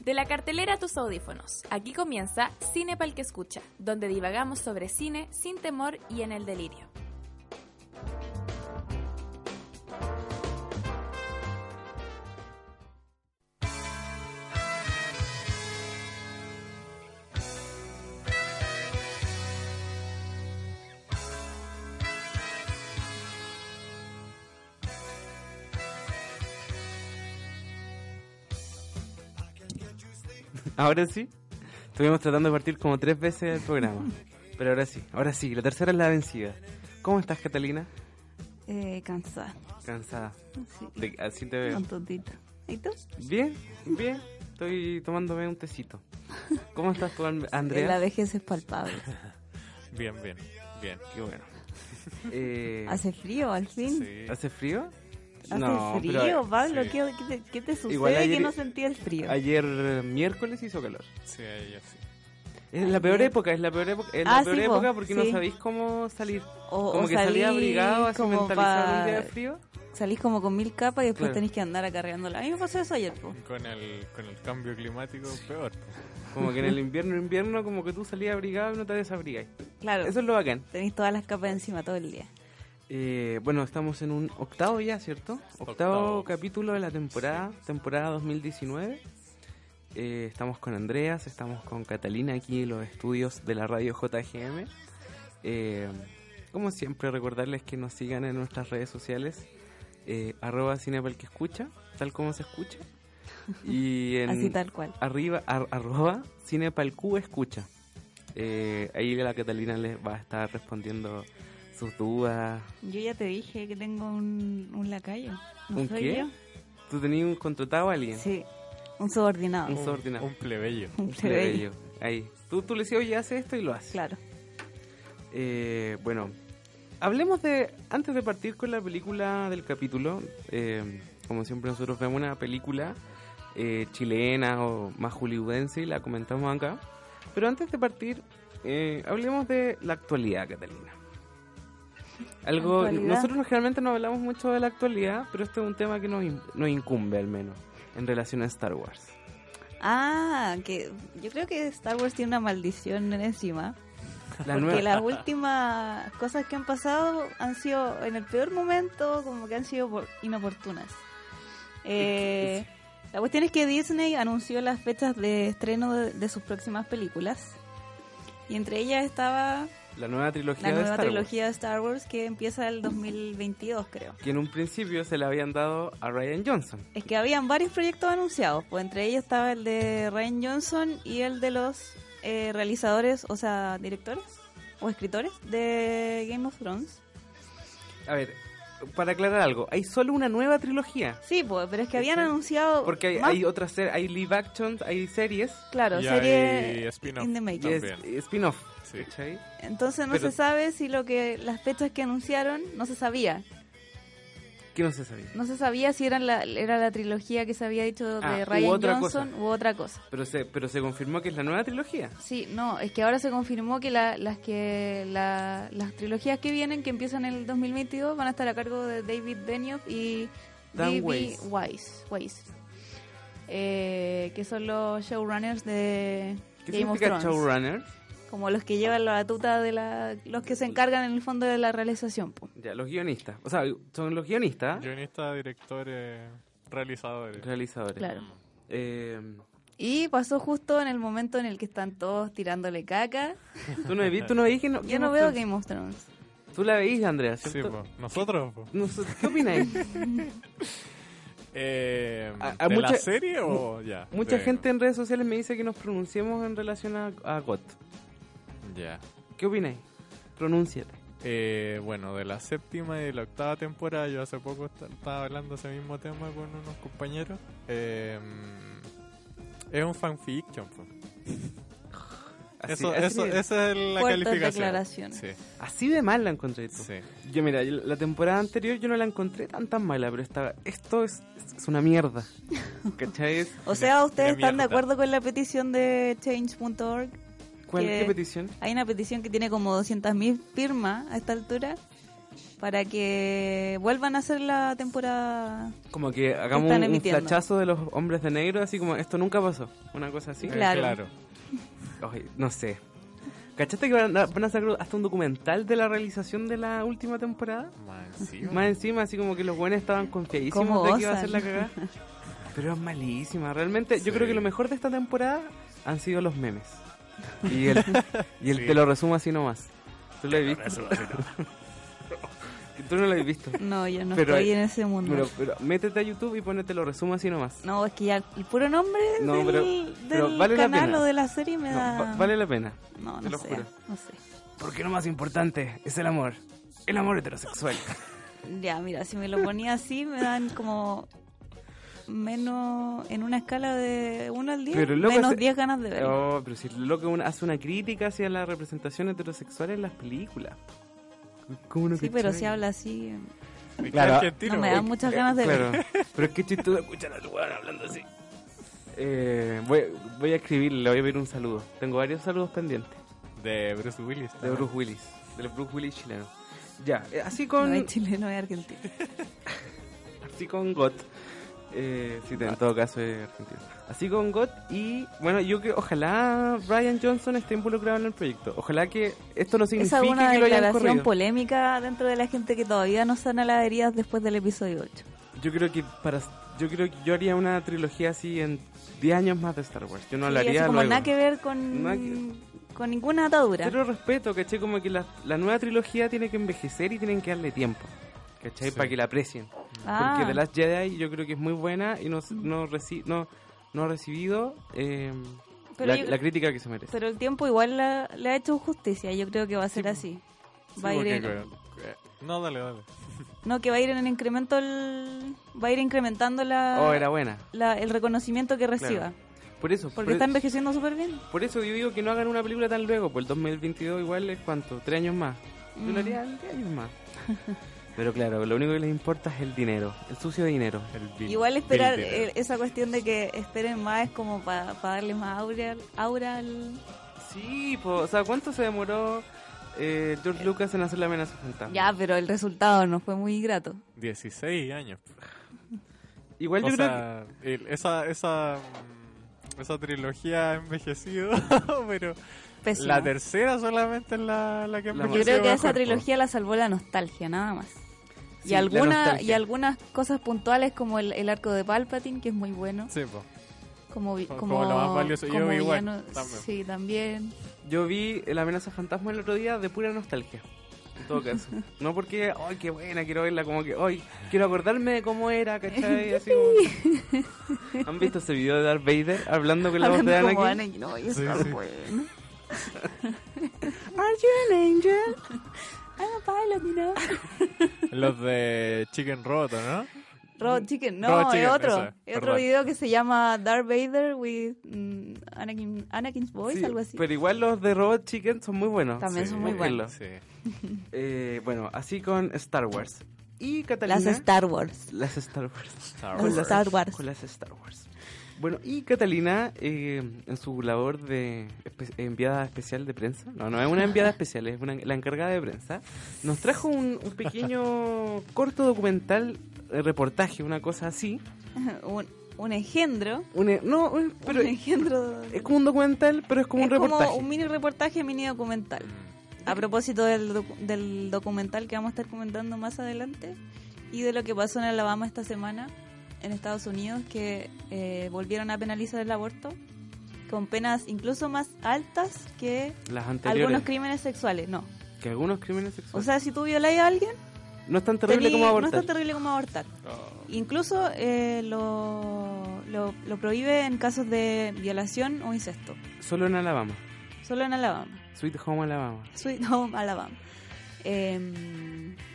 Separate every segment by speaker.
Speaker 1: De la cartelera a tus audífonos. Aquí comienza Cine para el que escucha, donde divagamos sobre cine sin temor y en el delirio.
Speaker 2: Ahora sí. Estuvimos tratando de partir como tres veces el programa. Pero ahora sí, ahora sí, la tercera es la vencida. ¿Cómo estás, Catalina?
Speaker 3: Eh, cansada.
Speaker 2: Cansada.
Speaker 3: Sí.
Speaker 2: De- así te veo.
Speaker 3: Un tontito. ¿Y tú?
Speaker 2: Bien, bien. Estoy tomándome un tecito. ¿Cómo estás tú, An-
Speaker 3: Eh, La
Speaker 2: Andrea?
Speaker 3: vejez es palpable.
Speaker 4: Bien, bien, bien.
Speaker 2: Qué bueno. Eh,
Speaker 3: ¿Hace frío al fin?
Speaker 4: Sí.
Speaker 2: ¿Hace frío?
Speaker 3: ¿Hace frío,
Speaker 2: pero
Speaker 3: Pablo?
Speaker 4: sí.
Speaker 3: ¿Qué, qué te, qué te sucede
Speaker 2: Igual ayer-
Speaker 3: que no sentí el frío?
Speaker 2: Ayer eh, miércoles hizo calor.
Speaker 4: Sí, ahí así.
Speaker 2: Es la peor época, es la peor época, es
Speaker 3: Ah,
Speaker 2: la peor
Speaker 3: sí, po,
Speaker 2: época porque no
Speaker 3: sí.
Speaker 2: sabéis cómo salir.
Speaker 3: O-
Speaker 2: como
Speaker 3: o
Speaker 2: que salí
Speaker 3: salí
Speaker 2: abrigado, así
Speaker 3: como
Speaker 2: mentalizado
Speaker 3: pa-
Speaker 2: un día de frío.
Speaker 3: Salís como con mil capas y después
Speaker 2: Claro.
Speaker 3: tenés que andar acarreándola. A mí me pasó eso ayer, po.
Speaker 4: Con el, con el cambio climático, peor. po.
Speaker 2: Como que en el invierno, invierno, como que tú salías abrigado y no te desabrigáis.
Speaker 3: Claro.
Speaker 2: Eso es lo bacán.
Speaker 3: Tenés todas las capas encima todo el día.
Speaker 2: Eh, bueno, estamos en un octavo ya, ¿cierto? Octavo,
Speaker 4: Octavo.
Speaker 2: capítulo de la temporada, temporada 2019. Eh, estamos con Andreas, estamos con Catalina aquí en los estudios de la radio JGM. Eh, como siempre, recordarles que nos sigan en nuestras redes sociales, eh, arroba cine para el que escucha, tal como se escucha. Y en,
Speaker 3: Así tal cual.
Speaker 2: arriba, ar- arroba cinepalcu escucha. Eh, ahí la Catalina les va a estar respondiendo sus dudas.
Speaker 3: Yo ya te dije que tengo un, un lacayo. ¿No
Speaker 2: ¿Un
Speaker 3: soy
Speaker 2: qué?
Speaker 3: yo?
Speaker 2: Tú tenías un contratado a alguien.
Speaker 3: Sí. Un subordinado.
Speaker 2: Un subordinado.
Speaker 4: Un plebeyo.
Speaker 3: Un
Speaker 2: Un
Speaker 3: plebeyo.
Speaker 2: plebeyo. Ahí. Tú, tú le decías, oye, hace esto y lo hace.
Speaker 3: Claro.
Speaker 2: Eh, bueno, hablemos de. Antes de partir con la película del capítulo, eh, como siempre, nosotros vemos una película eh, chilena o más hollywoodense y la comentamos acá. Pero antes de partir, eh, hablemos de la actualidad, Catalina. Algo.
Speaker 3: Actualidad.
Speaker 2: Nosotros no- generalmente no hablamos mucho de la actualidad, pero este es un tema que nos, in- nos incumbe al menos en relación a Star Wars.
Speaker 3: Ah, que yo creo que Star Wars tiene una maldición encima.
Speaker 2: La
Speaker 3: Porque
Speaker 2: nueva-
Speaker 3: las últimas cosas que han pasado han sido en el peor momento, como que han sido por- inoportunas. Eh, la cuestión es que Disney anunció las fechas de estreno de, de sus próximas películas. Y entre ellas estaba
Speaker 2: la nueva trilogía
Speaker 3: la
Speaker 2: de
Speaker 3: nueva
Speaker 2: Star Wars.
Speaker 3: trilogía de Star Wars que empieza el 2022, creo.
Speaker 2: que en un principio se la habían dado a Ryan Johnson.
Speaker 3: Es que habían varios proyectos anunciados, pues entre ellos estaba el de Ryan Johnson y el de los eh, realizadores, o sea, directores o escritores de Game of Thrones.
Speaker 2: A ver, para aclarar algo, hay solo una nueva trilogía.
Speaker 3: Sí, pues, pero es que habían
Speaker 2: ¿Cachai?
Speaker 3: anunciado.
Speaker 2: Porque hay,
Speaker 3: más-
Speaker 2: hay otras ser- hay live actions, hay series
Speaker 3: Claro,
Speaker 4: Y hay
Speaker 3: serie
Speaker 4: spin-off.
Speaker 3: in the
Speaker 2: y
Speaker 3: making.
Speaker 2: es-
Speaker 4: También.
Speaker 2: y spin-off.
Speaker 4: Sí.
Speaker 2: ¿cachai?
Speaker 3: Entonces no
Speaker 2: Pero-
Speaker 3: se sabe si lo que las fechas que anunciaron no se sabía.
Speaker 2: Que no se sabía.
Speaker 3: No se sabía si eran la, era la trilogía que se había dicho de
Speaker 2: Ah, u
Speaker 3: Ryan
Speaker 2: otra
Speaker 3: Johnson u otra cosa.
Speaker 2: Pero se, pero se confirmó que es la nueva trilogía.
Speaker 3: Sí, no, es que ahora se confirmó que la- las que la- las trilogías que vienen, que empiezan en el 2022, van a estar a cargo de David Benioff y
Speaker 2: Dan
Speaker 3: D.B.
Speaker 2: Weiss.
Speaker 3: Weiss, Weiss. Eh, que son los showrunners de
Speaker 2: ¿Qué
Speaker 3: Game of
Speaker 2: significa
Speaker 3: Thrones.
Speaker 2: showrunner?
Speaker 3: como los que llevan la batuta de la, los que se encargan en el fondo de la realización. po.
Speaker 2: Ya, los guionistas. O sea, son los
Speaker 3: ¿Ah?
Speaker 2: guionistas
Speaker 4: Guionista, directores, realizadores.
Speaker 2: realizadores.
Speaker 3: Claro.
Speaker 2: Eh,
Speaker 3: Y pasó justo en el momento en el que están todos tirándole caca.
Speaker 2: ¿Tú no veis tú no veís que no,
Speaker 3: Yo no veo Game of Thrones.
Speaker 2: Tú la veís, Andrea,
Speaker 4: Sí,
Speaker 2: ¿cierto?
Speaker 4: po. Nosotros, po.
Speaker 2: No sé, ¿Qué opináis?
Speaker 4: Eh,
Speaker 2: A- a
Speaker 4: ¿De
Speaker 2: Ah, mucha-
Speaker 4: la serie o ya?
Speaker 2: Mucha
Speaker 4: De-
Speaker 2: gente en redes sociales me dice que nos pronunciemos en relación a, a GOT.
Speaker 4: Ya.
Speaker 2: ¿Qué opináis? Pronúnciate.
Speaker 4: Eh, bueno, de la séptima y de la octava temporada, yo hace poco est- estaba hablando ese mismo tema con unos compañeros. Eh, es un fanfiction. po.
Speaker 2: Así,
Speaker 4: eso,
Speaker 2: así
Speaker 4: eso,
Speaker 2: de-
Speaker 4: esa es la
Speaker 3: Fuertes
Speaker 4: calificación.
Speaker 3: declaraciones.
Speaker 4: Sí,
Speaker 2: así de mal la encontré. tú.
Speaker 4: sí.
Speaker 2: Yo mira, yo- la temporada anterior yo no la encontré tan tan mala, pero esta, esto es, es una mierda. ¿Cachai? Es-
Speaker 3: O sea, ¿ustedes
Speaker 4: Una
Speaker 3: están de
Speaker 4: mierda.
Speaker 3: acuerdo con la petición de change.org?
Speaker 2: ¿Cuál
Speaker 3: ¿Qué?
Speaker 2: qué petición?
Speaker 3: Hay una petición que tiene como 200.000 firmas a esta altura para que vuelvan a hacer la temporada.
Speaker 2: Como que hagamos
Speaker 3: Están
Speaker 2: un, un
Speaker 3: emitiendo.
Speaker 2: flachazo de los hombres de negro, así como esto nunca pasó. Una cosa así.
Speaker 4: Eh,
Speaker 3: Claro.
Speaker 2: Ay, no sé. ¿Cachaste que van a, van a sacar hasta un documental de la realización de la última temporada?
Speaker 4: Más encima.
Speaker 2: Más encima, así como que los buenos estaban
Speaker 3: ¿Cómo
Speaker 2: confiadísimos de que iba a
Speaker 3: osan?
Speaker 2: ser la cagada. Pero es malísima, realmente. Yo
Speaker 4: Sí.
Speaker 2: creo que lo mejor de esta temporada han sido los memes. Y el, y el
Speaker 4: Sí.
Speaker 2: te lo resumo así nomás. ¿Tú lo has visto?
Speaker 4: Eso, eso, no.
Speaker 2: Tú no lo has visto.
Speaker 3: No, yo no
Speaker 2: Pero-
Speaker 3: estoy en ese mundo.
Speaker 2: Pero, pero métete a YouTube y ponete lo resumo así nomás.
Speaker 3: no, es que ya el puro nombre
Speaker 2: No,
Speaker 3: del,
Speaker 2: pero-
Speaker 3: del
Speaker 2: pero vale la
Speaker 3: canal
Speaker 2: pena.
Speaker 3: o de la serie me
Speaker 2: No,
Speaker 3: da.
Speaker 2: va- vale la pena.
Speaker 3: no,
Speaker 2: te
Speaker 3: no
Speaker 2: lo
Speaker 3: sé,
Speaker 2: juro.
Speaker 3: no sé.
Speaker 2: Porque lo más importante es el amor. El amor heterosexual.
Speaker 3: Ya, mira, si me lo ponía así me dan como menos en una escala de 1 al 10,
Speaker 2: Pero, loco,
Speaker 3: menos
Speaker 2: ese- Oh,
Speaker 3: 10 ganas de verlo.
Speaker 2: No, pero si el loco una- hace una crítica hacia la representación heterosexual en las películas. ¿Cómo no
Speaker 3: sí, pero
Speaker 2: cachai?
Speaker 3: si habla así
Speaker 4: Es
Speaker 2: Claro.
Speaker 4: argentino,
Speaker 3: no me
Speaker 4: po.
Speaker 3: dan muchas ganas de verlo.
Speaker 2: Claro, pero es que chistoso escuchar al weón hablando así. Eh, voy, voy a escribirle, le voy a pedir un saludo. Tengo varios saludos pendientes
Speaker 4: De Bruce Willis.
Speaker 2: de
Speaker 4: también.
Speaker 2: Bruce Willis, del Bruce Willis chileno. Ya, eh, así
Speaker 3: No
Speaker 2: con,
Speaker 3: es chileno, es argentino.
Speaker 2: así con Got. Eh, sí, en todo caso es argentino. Así con Got y bueno, yo que ojalá Brian Johnson esté involucrado en el proyecto. Ojalá que esto no
Speaker 3: Es
Speaker 2: signifique
Speaker 3: alguna
Speaker 2: que lo hayan
Speaker 3: declaración
Speaker 2: corrido.
Speaker 3: polémica dentro de la gente que todavía no sana las heridas después del episodio 8.
Speaker 2: Yo creo que para yo creo que yo haría una trilogía así en 10 años más de Star Wars. Yo no
Speaker 3: Sí,
Speaker 2: hablaría
Speaker 3: así como
Speaker 2: luego.
Speaker 3: nada que ver con,
Speaker 2: Nada que-
Speaker 3: con ninguna atadura.
Speaker 2: Pero respeto, ¿cachai? Como que la, la nueva trilogía tiene que envejecer y tienen que darle tiempo, ¿cachai?
Speaker 4: Sí.
Speaker 2: Para que la aprecien.
Speaker 3: Ah. Mm.
Speaker 2: Porque The Last Jedi yo creo que es muy buena y no, s- no, reci- no, no ha recibido eh,
Speaker 3: Pero
Speaker 2: la,
Speaker 3: yo-
Speaker 2: la crítica que se merece.
Speaker 3: Pero el tiempo igual la- le ha hecho justicia, yo creo que va a ser así.
Speaker 4: Sí,
Speaker 3: Va a ir
Speaker 4: porque-
Speaker 3: en-
Speaker 4: eh, No, dale, dale.
Speaker 3: No, que va a ir en incremento el- va a ir incrementando la,
Speaker 2: Oh, era buena.
Speaker 3: la- el reconocimiento que reciba.
Speaker 2: Claro. Por eso,
Speaker 3: Porque
Speaker 2: por,
Speaker 3: está envejeciendo súper bien.
Speaker 2: por eso yo digo que no hagan una película tan luego, pues el 2022 igual es cuánto, tres años más. Yo
Speaker 3: Mm.
Speaker 2: lo haría en tres años más. Pero claro, lo único que les importa es el dinero, el sucio dinero.
Speaker 4: El Bill-
Speaker 3: Igual esperar
Speaker 4: Bill
Speaker 3: eh, esa cuestión de que esperen más es como para darle más aura, aura al...
Speaker 2: Sí, po, o sea, ¿cuánto se demoró eh, George Lucas en hacer la amenaza fantasma?
Speaker 3: Ya, pero el resultado no fue muy grato.
Speaker 4: 16 años.
Speaker 2: Igual
Speaker 4: O
Speaker 2: yo creo
Speaker 4: sea, el- esa, esa, mm, esa trilogía ha envejecido, pero
Speaker 3: Pésimo.
Speaker 4: la tercera solamente es la, la que
Speaker 2: La- Yo
Speaker 4: envejeció
Speaker 3: Yo creo que
Speaker 4: mejor,
Speaker 3: esa
Speaker 4: po.
Speaker 3: trilogía la salvó la nostalgia, nada más.
Speaker 2: Sí,
Speaker 3: y,
Speaker 2: la
Speaker 3: alguna,
Speaker 2: nostalgia.
Speaker 3: y algunas cosas puntuales como el, el arco de Palpatine, que es muy bueno.
Speaker 4: Sí, po.
Speaker 3: Como, vi-
Speaker 4: Como-
Speaker 3: como,
Speaker 4: como lo más valioso. Y
Speaker 3: como
Speaker 4: Obi-Wan
Speaker 3: villano-
Speaker 4: también.
Speaker 3: Sí, también.
Speaker 2: que yo vi la amenaza fantasma el otro día de pura nostalgia. En todo caso. No porque, ay, qué buena, quiero verla, como que, ay, quiero acordarme de cómo era, ¿cachai? Así como... ¿Han visto ese video de Darth Vader hablando con la voz de
Speaker 3: Hablando como
Speaker 2: Anakin?
Speaker 3: Anakin, oye,
Speaker 4: Sí,
Speaker 3: está
Speaker 4: sí.
Speaker 3: bueno.
Speaker 2: Are you an angel?
Speaker 3: I'm a pilot, you know.
Speaker 4: Los de Chicken Roto, ¿no?
Speaker 3: Raw Chicken, no,
Speaker 4: Raw
Speaker 3: es
Speaker 4: Chicken,
Speaker 3: otro.
Speaker 4: Mm. esa,
Speaker 3: es otro
Speaker 4: perdón.
Speaker 3: video que se llama Darth Vader with mm, Anakin, Anakin's Voice,
Speaker 2: Sí,
Speaker 3: algo así.
Speaker 2: Pero igual los de Robot Chicken son muy buenos.
Speaker 3: También
Speaker 4: Sí.
Speaker 3: son muy
Speaker 2: Búsquenlo.
Speaker 3: buenos.
Speaker 4: Sí.
Speaker 2: Eh, bueno, así con Star Wars. Y Catalina...
Speaker 3: Las Star Wars.
Speaker 2: Las Star Wars.
Speaker 4: Star
Speaker 3: Las
Speaker 4: Wars.
Speaker 3: Star Wars.
Speaker 2: Con las Star Wars. Bueno, y Catalina, eh, en su labor de espe- enviada especial de prensa, no, no es una enviada especial, es una- la encargada de prensa, nos trajo un, un pequeño corto documental, eh, reportaje, una cosa así.
Speaker 3: Un, un engendro.
Speaker 2: Un e- no, un- pero
Speaker 3: un engendro.
Speaker 2: es como un documental, pero es como un
Speaker 3: es
Speaker 2: reportaje.
Speaker 3: como un mini reportaje, mini documental.
Speaker 4: Mm.
Speaker 3: A propósito del, docu- del documental que vamos a estar comentando más adelante y de lo que pasó en Alabama esta semana en Estados Unidos, que eh, volvieron a penalizar el aborto con penas incluso más altas que
Speaker 2: Las anteriores.
Speaker 3: algunos crímenes sexuales. No.
Speaker 2: que algunos crímenes
Speaker 3: O
Speaker 2: sexuales.
Speaker 3: sea, si tú violas a alguien,
Speaker 2: No es tan terrible
Speaker 3: Tení-
Speaker 2: como
Speaker 3: No
Speaker 2: abortar.
Speaker 3: es tan terrible como abortar.
Speaker 4: Oh.
Speaker 3: Incluso eh, lo, lo, lo prohíbe en casos de violación o incesto.
Speaker 2: Solo en Alabama.
Speaker 3: Solo en Alabama.
Speaker 2: Sweet Home Alabama.
Speaker 3: Sweet Home Alabama. Eh,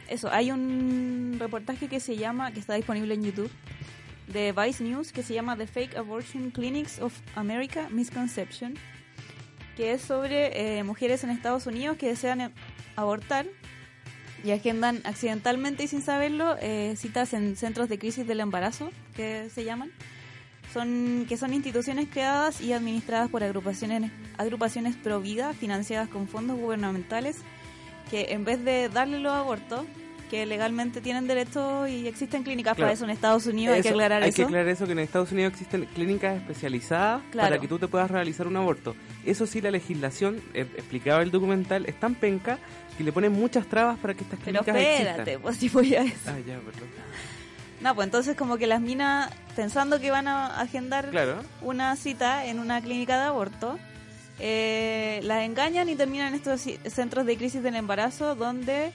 Speaker 3: eso, hay un reportaje que se llama, que está disponible en YouTube, de Vice News, que se llama The Fake Abortion Clinics of America Misconception, que es sobre eh, mujeres en Estados Unidos que desean eh, abortar y agendan accidentalmente y sin saberlo eh, citas en centros de crisis del embarazo, que se llaman. Son, que son instituciones creadas y administradas por agrupaciones, agrupaciones pro vida, financiadas con fondos gubernamentales, que en vez de darle los abortos, que legalmente tienen derecho y existen clínicas
Speaker 2: Claro.
Speaker 3: para eso en Estados Unidos, hay que
Speaker 2: Eso,
Speaker 3: aclarar
Speaker 2: hay
Speaker 3: eso.
Speaker 2: que aclarar eso, que en Estados Unidos existen clínicas especializadas
Speaker 3: Claro.
Speaker 2: para que tú te puedas realizar un aborto. Eso sí, la legislación, eh, explicaba el documental, es tan penca que le ponen muchas trabas para que estas
Speaker 3: Pero
Speaker 2: clínicas
Speaker 3: espérate,
Speaker 2: existan.
Speaker 3: pues si voy a eso.
Speaker 2: Ah, ya, perdón.
Speaker 3: No, pues entonces como que las minas, pensando que van a agendar
Speaker 2: Claro.
Speaker 3: una cita en una clínica de aborto, eh, las engañan y terminan en estos ci- centros de crisis del embarazo donde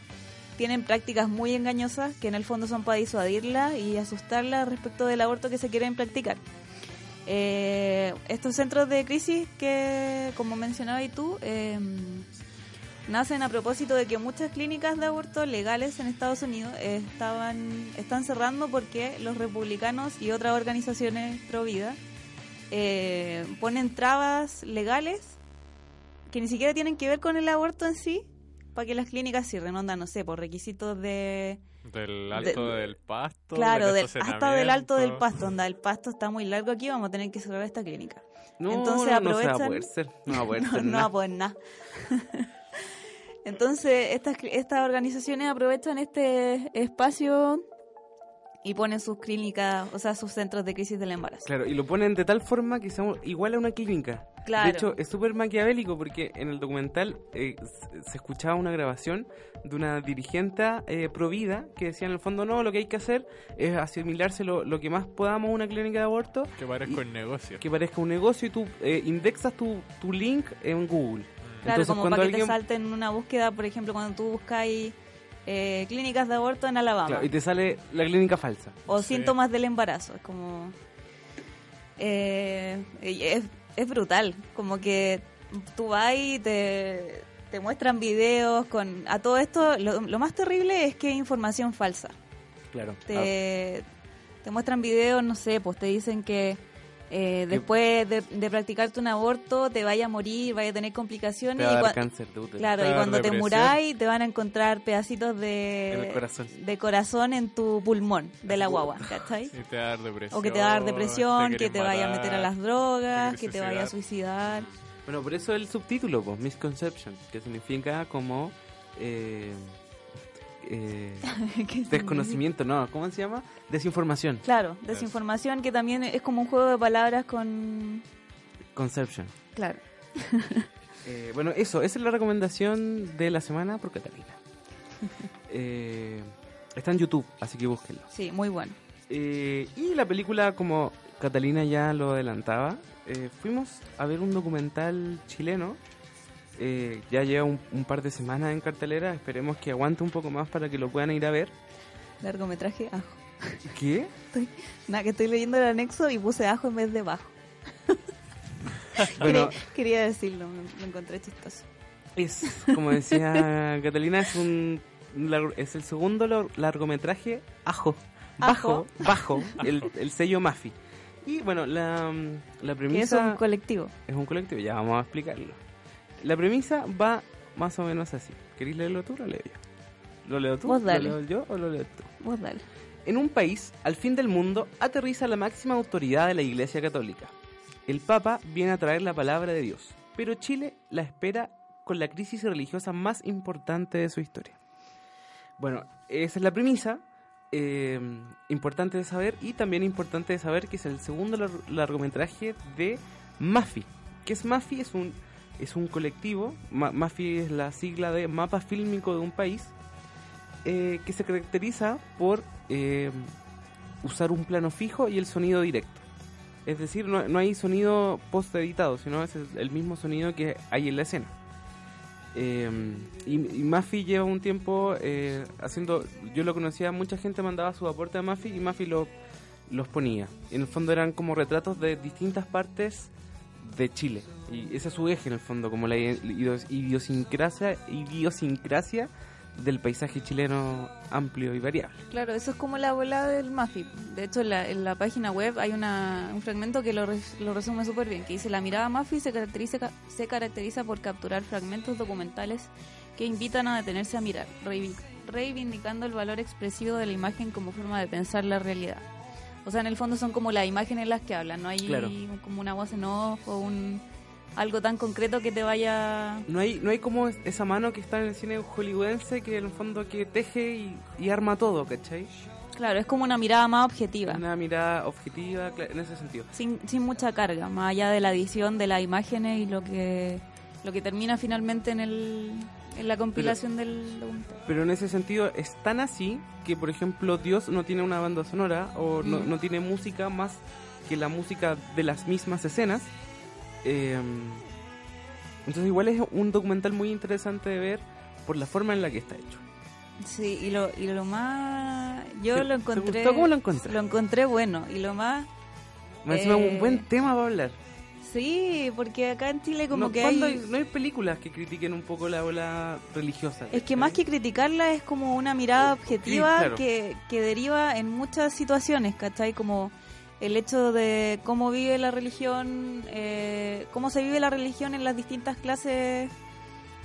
Speaker 3: tienen prácticas muy engañosas que en el fondo son para disuadirlas y asustarlas respecto del aborto que se quieren practicar. Eh, estos centros de crisis que, como mencionabas tú, eh, nacen a propósito de que muchas clínicas de aborto legales en Estados Unidos eh, estaban, están cerrando porque los republicanos y otras organizaciones pro vida eh, ponen trabas legales que ni siquiera tienen que ver con el aborto en sí para que las clínicas cierren, onda, no sé, por requisitos de...
Speaker 4: Del alto
Speaker 3: de-
Speaker 4: del pasto.
Speaker 3: Claro, del- hasta
Speaker 4: estacionamiento.
Speaker 3: del alto del pasto, onda, el pasto está muy largo aquí, vamos a tener que cerrar esta clínica.
Speaker 2: No,
Speaker 3: Entonces
Speaker 2: no, no se va a
Speaker 3: aprovechan-
Speaker 2: poder ser. No va a poder
Speaker 3: No,
Speaker 2: ser
Speaker 3: no va
Speaker 2: nada.
Speaker 3: a poder nada. Entonces, estas, cli- estas organizaciones aprovechan este espacio y ponen sus clínicas, o sea, sus centros de crisis del embarazo.
Speaker 2: Claro, y lo ponen de tal forma que sea igual a una clínica.
Speaker 3: Claro.
Speaker 2: De hecho, es súper maquiavélico porque en el documental eh, se- se escuchaba una grabación de una dirigente eh, provida que decía en el fondo, no, lo que hay que hacer es asimilarse lo, lo que más podamos a una clínica de aborto
Speaker 4: Que parezca un negocio.
Speaker 2: que parezca un negocio y tú eh, indexas tu, tu link en Google.
Speaker 3: Claro,
Speaker 2: Entonces,
Speaker 3: como
Speaker 2: cuando
Speaker 3: para que te
Speaker 2: alguien-
Speaker 3: salten en una búsqueda, por ejemplo, cuando tú buscáis eh, clínicas de aborto en Alabama
Speaker 2: Claro, y te sale la clínica falsa.
Speaker 3: o
Speaker 4: Sí.
Speaker 3: síntomas del embarazo. Es como. eh, y es, es brutal. Como que tú vas y te, te muestran videos con. A todo esto, lo, lo más terrible es que es información falsa.
Speaker 2: Claro.
Speaker 3: Te, te muestran videos, no sé, pues te dicen que. eh, después de, de practicarte un aborto te vaya a morir, vaya a tener
Speaker 2: Ah,
Speaker 3: complicaciones
Speaker 2: te va a
Speaker 3: y
Speaker 2: dar
Speaker 3: cua-
Speaker 2: cáncer de útero.
Speaker 3: Claro, y
Speaker 4: Claro,
Speaker 3: cuando te
Speaker 4: depresión.
Speaker 3: muráis te van a encontrar pedacitos de,
Speaker 2: En el corazón.
Speaker 3: de corazón en tu pulmón de la guagua, ¿cachai?
Speaker 4: Y te va a dar depresión.
Speaker 3: O que te va a dar depresión, que
Speaker 4: querés
Speaker 3: te vaya a meter a las drogas,
Speaker 4: te
Speaker 3: que
Speaker 4: querés
Speaker 3: te vaya a suicidar.
Speaker 2: Bueno, por eso el subtítulo, pues, Misconception, que significa como... eh, eh,
Speaker 3: Que-
Speaker 2: desconocimiento, no, ¿cómo se llama? Desinformación.
Speaker 3: Claro, desinformación que también es como un juego de palabras con...
Speaker 2: Conception.
Speaker 3: Claro.
Speaker 2: Eh, bueno, eso, esa es la recomendación de la semana por Catalina. Eh, está en YouTube, así que búsquenlo.
Speaker 3: Sí, muy bueno.
Speaker 2: Eh, y la película, como Catalina ya lo adelantaba, eh, fuimos a ver un documental chileno. Eh, ya lleva un, un par de semanas en cartelera, esperemos que aguante un poco más para que lo puedan ir a ver.
Speaker 3: Largometraje, ajo.
Speaker 2: ¿Qué?
Speaker 3: Nada, que estoy leyendo el anexo y puse ajo en vez de bajo.
Speaker 2: Bueno.
Speaker 3: Quería- Quería decirlo, me- lo encontré chistoso.
Speaker 2: Es, como decía Catalina, es un lar- es el segundo lar- largometraje ajo. Bajo,
Speaker 3: Ajo.
Speaker 2: bajo, el, el sello Mafi. Y bueno, la, mm, la
Speaker 3: Que es un
Speaker 2: premisa
Speaker 3: colectivo.
Speaker 2: es un colectivo, ya vamos a explicarlo. La premisa va más o menos así. ¿Querés leerlo tú o lo leo yo? ¿Lo leo tú?
Speaker 3: Vos
Speaker 2: ¿Lo
Speaker 3: dale.
Speaker 2: leo yo o lo leo tú?
Speaker 3: Vos dale.
Speaker 2: En un país, al fin del mundo, aterriza la máxima autoridad de la Iglesia Católica. El Papa viene a traer la palabra de Dios, pero Chile la espera con la crisis religiosa más importante de su historia. Bueno, esa es la premisa. eh, importante de saber y también importante de saber que es el segundo lar- largometraje de Mafi. ¿Qué es Mafi? Es un, es un colectivo. Ma- Mafi es la sigla de mapa fílmico de un país eh, que se caracteriza por eh, usar un plano fijo y el sonido directo. Es decir, no, no hay sonido post editado, sino es el, el mismo sonido que hay en la escena. Eh, y, y Mafi lleva un tiempo eh, haciendo, yo lo conocía, mucha gente mandaba su aporte a Mafi y Mafi lo, los ponía. En el fondo eran como retratos de distintas partes de Chile. Y ese es su eje en el fondo, como la idios- idiosincrasia, idiosincrasia del paisaje chileno amplio y variable.
Speaker 3: Claro, eso es como la bola del Mafi. De hecho, en la, en la página web hay una, un fragmento que lo, res- lo resume súper bien, que dice, la mirada Mafi se caracteriza, ca- se caracteriza por capturar fragmentos documentales que invitan a detenerse a mirar, reivi- reivindicando el valor expresivo de la imagen como forma de pensar la realidad. O sea, en el fondo son como las imágenes las que hablan, no hay
Speaker 2: Claro.
Speaker 3: como una voz en off o un, algo tan concreto que te vaya...
Speaker 2: No hay, no hay como es- esa mano que está en el cine hollywoodense que en el fondo que teje y, y arma todo, ¿cachai?
Speaker 3: Claro, es como una mirada más objetiva.
Speaker 2: Una mirada objetiva, cla- en ese sentido.
Speaker 3: sin, sin mucha carga, más allá de la edición de las imágenes y lo que lo que termina finalmente en el en la compilación del documental.
Speaker 2: Pero en ese sentido es tan así que, por ejemplo, Dios no tiene una banda sonora o no,
Speaker 3: Mm.
Speaker 2: no tiene música más que la música de las mismas escenas. Eh, entonces igual es un documental muy interesante de ver por la forma en la que está hecho.
Speaker 3: Sí, y lo y lo más yo
Speaker 2: ¿Te-
Speaker 3: lo
Speaker 2: te
Speaker 3: encontré
Speaker 2: gustó? ¿Cómo lo encontraste?
Speaker 3: Lo encontré bueno y lo más
Speaker 2: Más encima
Speaker 3: Eh,
Speaker 2: un buen tema para hablar.
Speaker 3: sí, porque acá en Chile como
Speaker 2: no,
Speaker 3: que
Speaker 2: ¿cuándo
Speaker 3: hay-
Speaker 2: hay- no hay películas que critiquen un poco la ola religiosa.
Speaker 3: es que
Speaker 2: ¿cachai?
Speaker 3: más que criticarla es como una mirada objetiva
Speaker 2: claro.
Speaker 3: que, que deriva en muchas situaciones, ¿cachai? Como el hecho de cómo vive la religión, eh, cómo se vive la religión en las distintas clases,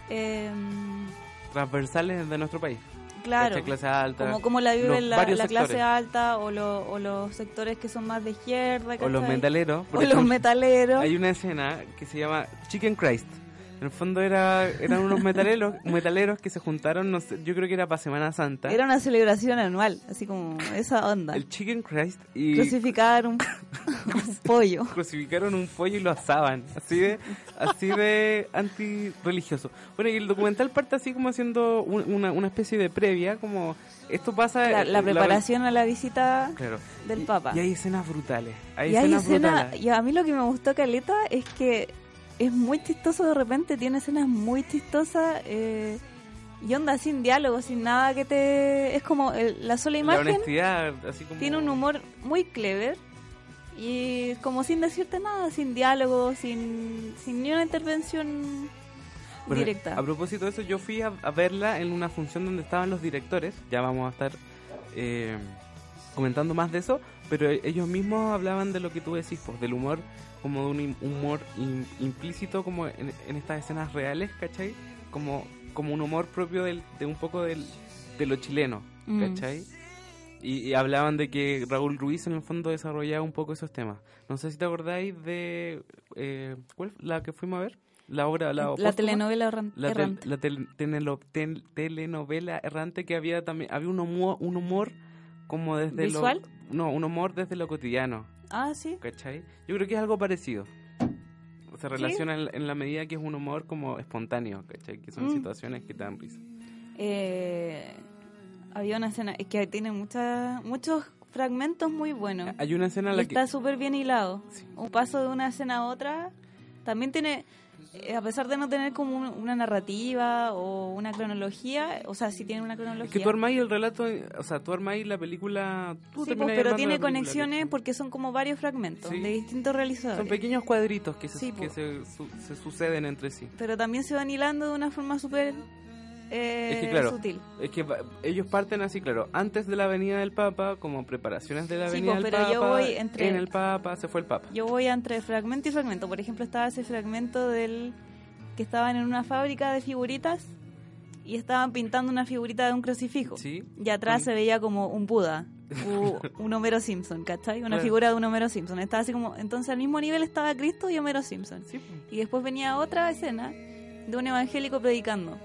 Speaker 3: eh,
Speaker 2: transversales de nuestro país.
Speaker 3: claro,
Speaker 2: Esta Este clase alta.
Speaker 3: como cómo la vive
Speaker 2: los
Speaker 3: la,
Speaker 2: varios
Speaker 3: la clase
Speaker 2: sectores.
Speaker 3: alta o, lo- o los sectores que son más de izquierda,
Speaker 2: o
Speaker 3: ¿cachai?
Speaker 2: los metaleros. por
Speaker 3: O los
Speaker 2: ejemplo.
Speaker 3: metaleros.
Speaker 2: Hay una escena que se llama Chicken Christ. En el fondo era, eran unos metaleros, metaleros que se juntaron, no sé, yo creo que era para Semana Santa.
Speaker 3: Era una celebración anual, así como esa onda.
Speaker 2: el Chicken Christ y
Speaker 3: Crucificar un, un pollo.
Speaker 2: crucificaron un pollo y lo asaban. Así de, así de antirreligioso. Bueno, y el documental parte así como haciendo un- una, una especie de previa, como esto pasa...
Speaker 3: La, la preparación a la visita
Speaker 2: claro.
Speaker 3: del
Speaker 2: Eh, Y-
Speaker 3: Papa.
Speaker 2: Y hay escenas brutales. Hay
Speaker 3: y hay
Speaker 2: escenas
Speaker 3: escenas,
Speaker 2: brutales.
Speaker 3: y a mí lo que me gustó Caleta es que es muy chistoso de repente, tiene escenas muy chistosas eh, y onda sin diálogo, sin nada que te... Es como el- la sola
Speaker 2: La
Speaker 3: imagen
Speaker 2: honestidad, así como...
Speaker 3: tiene un humor muy clever y como sin decirte nada, sin diálogo, sin, sin ni una intervención
Speaker 2: Bueno,
Speaker 3: directa.
Speaker 2: A propósito de eso, yo fui a, a verla en una función donde estaban los directores. Ya vamos a estar eh, comentando más de eso. Pero e- ellos mismos hablaban de lo que tú decís, pues, del humor, como de un im- humor im- implícito, como en, en estas escenas reales, ¿cachai? Como, como un humor propio del- de un poco del, de lo chileno,
Speaker 3: Mm.
Speaker 2: ¿cachai? Y, y hablaban de que Raúl Ruiz en el fondo desarrollaba un poco esos temas. No sé si te acordáis de... eh, ¿Cuál? ¿La que fuimos a ver? La obra... La,
Speaker 3: la
Speaker 2: póstuma.
Speaker 3: telenovela erran-
Speaker 2: La, tel-
Speaker 3: errante.
Speaker 2: la tel- tenelo- tel- telenovela errante que había también... Había un humor, un humor como desde
Speaker 3: ¿Visual?
Speaker 2: lo... No, un humor desde lo cotidiano,
Speaker 3: Ah, sí.
Speaker 2: ¿cachai? Yo creo que es algo parecido. Se relaciona en, en la medida que es un humor como espontáneo, ¿cachai? Que son
Speaker 3: Mm.
Speaker 2: situaciones que te dan risa.
Speaker 3: Eh, había una escena, es que tiene muchas muchos fragmentos muy buenos.
Speaker 2: Hay una escena en
Speaker 3: Y
Speaker 2: la que...
Speaker 3: está súper bien hilado.
Speaker 2: Sí.
Speaker 3: Un paso de una escena a otra. También tiene, eh, a pesar de no tener como un- una narrativa o una cronología, o sea, sí tiene una cronología.
Speaker 2: Es que tú armáis el relato, o sea, tú armáis la película... tú
Speaker 3: Sí,
Speaker 2: terminás
Speaker 3: pues, pero
Speaker 2: armando
Speaker 3: tiene
Speaker 2: la película,
Speaker 3: conexiones porque son como varios fragmentos
Speaker 2: Sí.
Speaker 3: de distintos realizadores.
Speaker 2: Son pequeños cuadritos que se,
Speaker 3: Sí,
Speaker 2: que
Speaker 3: po.
Speaker 2: se, su- se suceden entre sí.
Speaker 3: Pero también se van hilando de una forma súper eh,
Speaker 2: Es que claro,
Speaker 3: sutil.
Speaker 2: Es que va- ellos parten así, claro, antes de la venida del Papa, como preparaciones de la
Speaker 3: Sí,
Speaker 2: venida
Speaker 3: po,
Speaker 2: del
Speaker 3: pero
Speaker 2: Papa,
Speaker 3: yo voy entre-
Speaker 2: en el Papa, se fue el Papa.
Speaker 3: Yo voy a entre fragmento y fragmento. Por ejemplo, estaba ese fragmento del que estaban en una fábrica de figuritas y estaban pintando una figurita de un crucifijo.
Speaker 2: Sí.
Speaker 3: Y atrás se veía como un Buda, u- un Homero Simpson, ¿cachai? Una
Speaker 2: Claro.
Speaker 3: figura de un Homero Simpson. Estaba así como, entonces al mismo nivel estaba Cristo y Homero Simpson.
Speaker 2: Sí, po.
Speaker 3: Y después venía otra escena de un evangélico predicando.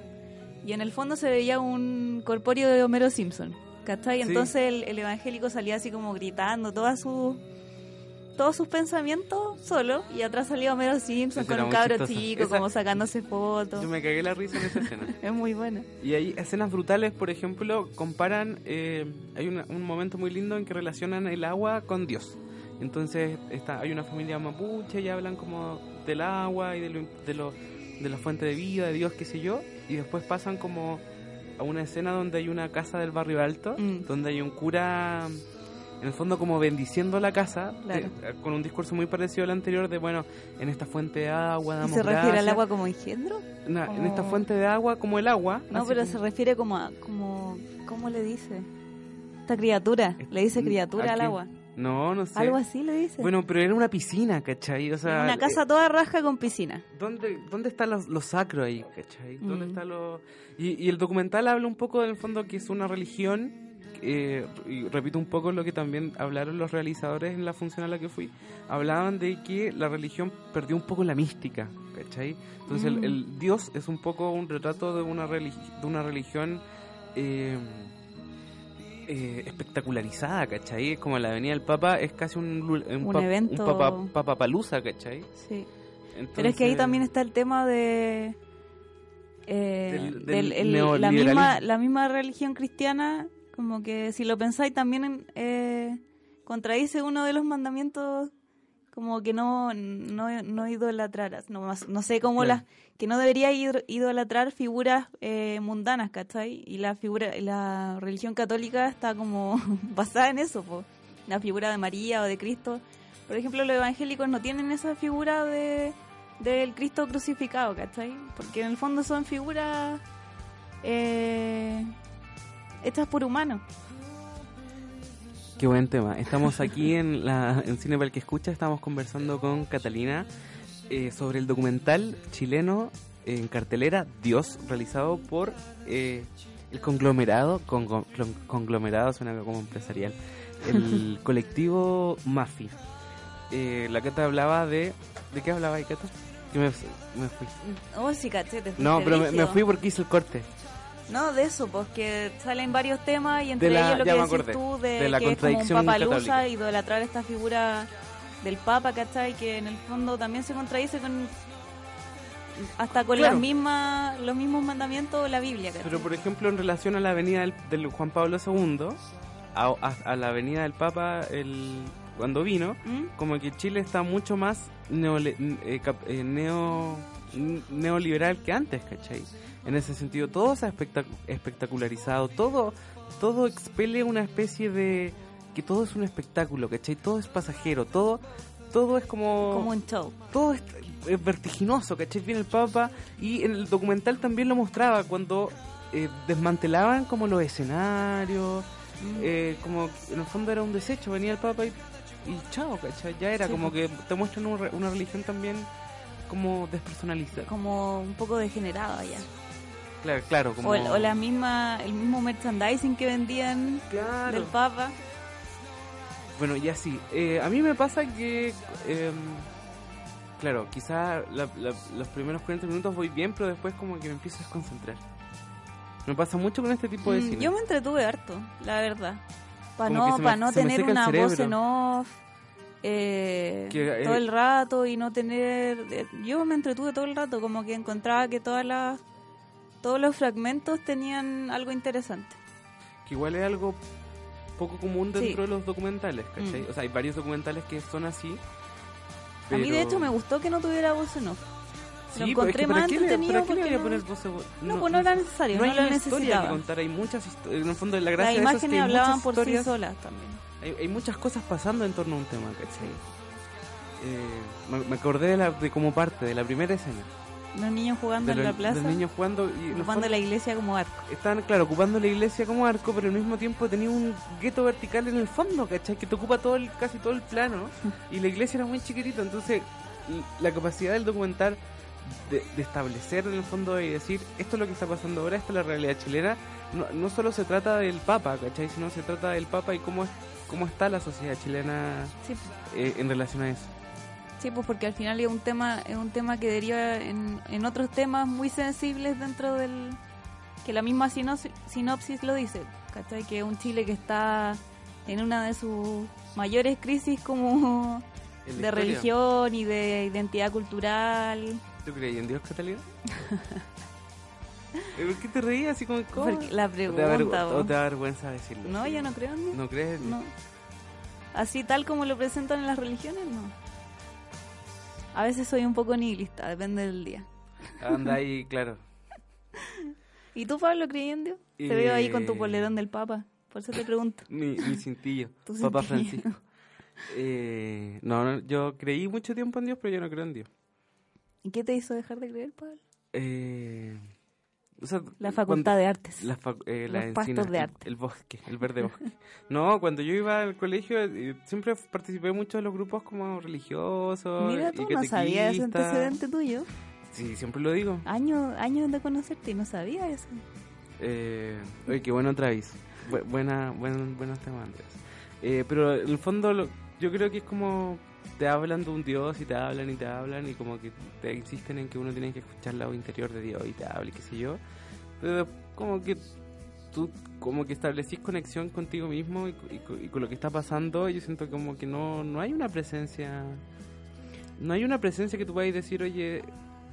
Speaker 3: Y en el fondo se veía un corpóreo de Homero Simpson. ¿Cachai?
Speaker 2: Sí.
Speaker 3: Entonces el, el evangélico salía así como gritando todas sus todos sus pensamientos solo. Y atrás salía Homero Simpson
Speaker 2: Esa
Speaker 3: con
Speaker 2: era
Speaker 3: un
Speaker 2: muy
Speaker 3: cabro
Speaker 2: chistosa.
Speaker 3: chico,
Speaker 2: Esa-
Speaker 3: como sacándose fotos.
Speaker 2: Yo me cagué la risa en esa escena.
Speaker 3: Es muy buena.
Speaker 2: Y hay escenas brutales, por ejemplo, comparan, eh, hay una- un momento muy lindo en que relacionan el agua con Dios. Entonces está, hay una familia mapuche y hablan como del agua y de lo, de lo, de la fuente de vida, de Dios, qué sé yo, y después pasan como a una escena donde hay una casa del barrio alto,
Speaker 3: Mm.
Speaker 2: donde hay un cura, en el fondo como bendiciendo la casa,
Speaker 3: Claro.
Speaker 2: de- con un discurso muy parecido al anterior de, bueno, en esta fuente de agua
Speaker 3: ¿Y
Speaker 2: damos
Speaker 3: se refiere al
Speaker 2: gracias.
Speaker 3: agua Oh. como engendro?
Speaker 2: Na- En esta
Speaker 3: como-
Speaker 2: fuente de agua, como el agua.
Speaker 3: No,
Speaker 2: así
Speaker 3: pero
Speaker 2: como-
Speaker 3: se refiere como a. Como, ¿Cómo le dice? Esta criatura. Le dice
Speaker 2: Mm,
Speaker 3: criatura al
Speaker 2: aquí.
Speaker 3: agua.
Speaker 2: No, no sé.
Speaker 3: Algo así le dice.
Speaker 2: Bueno, pero era una piscina, ¿cachai? O sea, eh,
Speaker 3: una casa toda raja con piscina.
Speaker 2: ¿Dónde, dónde está los- lo, sacro ahí, cachai? ¿Dónde
Speaker 3: Mm.
Speaker 2: está lo...? Y, y el documental habla un poco del fondo que es una religión, eh, y repito un poco lo que también hablaron los realizadores en la función a la que fui, hablaban de que la religión perdió un poco la mística, ¿cachai? Entonces
Speaker 3: Mm.
Speaker 2: el, el Dios es un poco un retrato de una, relig- de una religión... eh, eh, espectacularizada, ¿cachai? Es como la venida del Papa, es casi un, lu- un,
Speaker 3: Un
Speaker 2: pap-
Speaker 3: evento.
Speaker 2: un papa, papapaluza, ¿cachai?
Speaker 3: Sí. Pero es que ahí
Speaker 2: Entonces-
Speaker 3: también está el tema de. eh,
Speaker 2: Del- del
Speaker 3: del- el- la, misma,
Speaker 2: neoliberalismo.
Speaker 3: la misma religión cristiana, como que si lo pensáis también eh, contradice uno de los mandamientos, como que no, no, no idolatraras, no, más- no sé cómo
Speaker 2: Claro.
Speaker 3: las, que no debería ir- idolatrar figuras eh, mundanas, ¿cachai? Y la, figura, y la religión católica está como basada en eso, po. la figura de María o de Cristo. Por ejemplo, los evangélicos no tienen esa figura de del Cristo crucificado, ¿cachai? Porque en el fondo son figuras eh, hechas por humanos.
Speaker 2: Qué buen tema. Estamos aquí en la en Cine para el que escucha, estamos conversando con Catalina eh, sobre el documental chileno en cartelera Dios, realizado por eh, el conglomerado, con, con- conglomerado suena como empresarial, el colectivo Mafi. Eh, la Cata hablaba de... ¿De qué hablaba ahí, Cata? Que me, me fui.
Speaker 3: Oh, sí, caché, te fuiste
Speaker 2: Mm. No, pero me, me
Speaker 3: brígido.
Speaker 2: fui porque hice el corte.
Speaker 3: No, de eso, pues que salen varios temas y entre
Speaker 2: De la-
Speaker 3: ellos lo
Speaker 2: ya
Speaker 3: que
Speaker 2: me
Speaker 3: decís
Speaker 2: acordé,
Speaker 3: tú de,
Speaker 2: de la
Speaker 3: que es como un
Speaker 2: contradicción
Speaker 3: papalusa,
Speaker 2: católica.
Speaker 3: idolatrar esta figura del Papa, ¿cachai? Que en el fondo también se contradice con hasta con
Speaker 2: Claro.
Speaker 3: las mismas, los mismos mandamientos de la Biblia, ¿cachai?
Speaker 2: Pero por ejemplo, en relación a la avenida del, del Juan Pablo II, a, a- a la avenida del Papa el, cuando vino,
Speaker 3: ¿Mm?
Speaker 2: como que Chile está mucho más neole- n- eh, cap- eh, neo- n- neoliberal que antes, ¿cachai? En ese sentido, todo se ha espectac- espectacularizado, todo, todo expele una especie de... que todo es un espectáculo, ¿cachai? Todo es pasajero, todo... Todo es
Speaker 3: Como un show.
Speaker 2: todo es, es vertiginoso, ¿cachai? Viene el Papa y en el documental también lo mostraba cuando eh, desmantelaban como los escenarios,
Speaker 3: Mm.
Speaker 2: eh, como que en el fondo era un desecho, venía el Papa y, y chao, ¿cachai? Ya era
Speaker 3: Sí,
Speaker 2: como que te muestran un re- una religión también como despersonalizada.
Speaker 3: Como un poco degenerado ya.
Speaker 2: Claro, claro, como...
Speaker 3: O, el- o la misma, el mismo merchandising que vendían
Speaker 2: Claro.
Speaker 3: del Papa.
Speaker 2: Bueno, y así. eh, a mí me pasa que. em, claro, quizá la- la- los primeros 40 minutos voy bien, pero después como que me empiezo a desconcentrar. Me pasa mucho con este tipo de
Speaker 3: Mm,
Speaker 2: cine.
Speaker 3: yo me entretuve harto, la verdad. Para
Speaker 2: Como que
Speaker 3: no,
Speaker 2: se me-
Speaker 3: pa' no
Speaker 2: se me
Speaker 3: tener
Speaker 2: seca el
Speaker 3: una voz
Speaker 2: cerebro.
Speaker 3: en off eh,
Speaker 2: Que, eh,
Speaker 3: todo el rato y no tener... eh, yo me entretuve todo el rato, como que encontraba que todas las, todos los fragmentos tenían algo interesante.
Speaker 2: Que igual es algo poco común dentro
Speaker 3: Sí.
Speaker 2: de los documentales, ¿cachai?
Speaker 3: Mm.
Speaker 2: O sea, hay varios documentales que son así.
Speaker 3: A mí
Speaker 2: pero-
Speaker 3: de hecho me gustó que no tuviera voz en off.
Speaker 2: Sí,
Speaker 3: lo
Speaker 2: pues, es
Speaker 3: encontré
Speaker 2: que ¿para
Speaker 3: más
Speaker 2: qué le-
Speaker 3: entretenido
Speaker 2: ¿Para qué le
Speaker 3: porque
Speaker 2: voy a
Speaker 3: no-
Speaker 2: poner voz?
Speaker 3: No, pues no era necesario, no,
Speaker 2: hay
Speaker 3: lo
Speaker 2: una historia que
Speaker 3: necesitaba.
Speaker 2: contar, hay muchas historias. En el fondo, la
Speaker 3: Las
Speaker 2: gracia de eso es que
Speaker 3: imágenes
Speaker 2: hay muchas
Speaker 3: hablaban por sí
Speaker 2: historias-
Speaker 3: solas también.
Speaker 2: hay, hay muchas cosas pasando en torno a un tema, ¿cachai? Eh, me, me acordé de, la, de como parte de la primera escena.
Speaker 3: Los niños jugando
Speaker 2: de
Speaker 3: en
Speaker 2: los-
Speaker 3: la plaza,
Speaker 2: Del niño jugando y en el
Speaker 3: ocupando
Speaker 2: fondo
Speaker 3: la iglesia como arco.
Speaker 2: Estaban, claro, ocupando la iglesia como arco, pero al mismo tiempo tenía un gueto vertical en el fondo, ¿cachai? Que te ocupa todo el, casi todo el plano. Y la iglesia era muy chiquitita, entonces l- la capacidad del documental de, de establecer en el fondo y decir, esto es lo que está pasando ahora, esta es la realidad chilena, no, no solo se trata del Papa, ¿cachai? Sino se trata del Papa y cómo, es- cómo está la sociedad chilena
Speaker 3: Sí, pues.
Speaker 2: eh, en relación a eso.
Speaker 3: Sí, pues porque al final es un tema, es un tema que deriva en, en otros temas muy sensibles dentro del... que la misma sinosi- sinopsis lo dice, ¿cachai? Que es un Chile que está en una de sus mayores crisis
Speaker 2: En
Speaker 3: como
Speaker 2: la
Speaker 3: de
Speaker 2: historia.
Speaker 3: religión y de identidad cultural.
Speaker 2: ¿Tú crees en Dios, Catalina? Eh, ¿Por qué te reías así como ¿cómo?
Speaker 3: Porque la
Speaker 2: ¿O te, da
Speaker 3: pregunta...
Speaker 2: vergü- o
Speaker 3: vos.
Speaker 2: te da vergüenza decirlo?
Speaker 3: No, yo no creo en Dios,
Speaker 2: ¿No crees? en Dios?
Speaker 3: no. Así tal como lo presentan en las religiones, no. A veces soy un poco nihilista, depende del día.
Speaker 2: Anda ahí, claro.
Speaker 3: ¿Y tú, Pablo Creyendo? Te
Speaker 2: Eh,
Speaker 3: veo ahí con tu polerón del Papa. Por eso te pregunto.
Speaker 2: Mi, mi cintillo.
Speaker 3: Tu
Speaker 2: Papá
Speaker 3: cintillo.
Speaker 2: Francisco. Eh, no, no, yo creí mucho tiempo en Dios, pero yo no creo en Dios.
Speaker 3: ¿Y qué te hizo dejar de creer, Pablo?
Speaker 2: Eh, o sea,
Speaker 3: La
Speaker 2: cuando-
Speaker 3: Facultad de Artes.
Speaker 2: las fac- eh,
Speaker 3: Los
Speaker 2: las encinas,
Speaker 3: pastos de
Speaker 2: el-
Speaker 3: arte.
Speaker 2: El, bosque, el verde bosque. No, cuando yo iba al colegio eh, siempre participé mucho de los grupos como religiosos.
Speaker 3: Mira,
Speaker 2: y
Speaker 3: tú no sabías ese
Speaker 2: catequistas.
Speaker 3: antecedente tuyo.
Speaker 2: Sí, siempre lo digo.
Speaker 3: Años, años de conocerte y no sabía eso.
Speaker 2: Eh, oye, qué bueno Travis. Bu- buena, buen, buenos temas, Andrés. Eh, pero en el fondo lo- yo creo que es como te hablan de un Dios y te hablan y te hablan y como que te insisten en que uno tiene que escuchar la voz interior de Dios y te habla y qué sé yo. Pero como que tú como que establecís conexión contigo mismo y, co- y co- y con lo que está pasando y yo siento como que no, no hay una presencia... No hay una presencia que tú puedas decir, oye,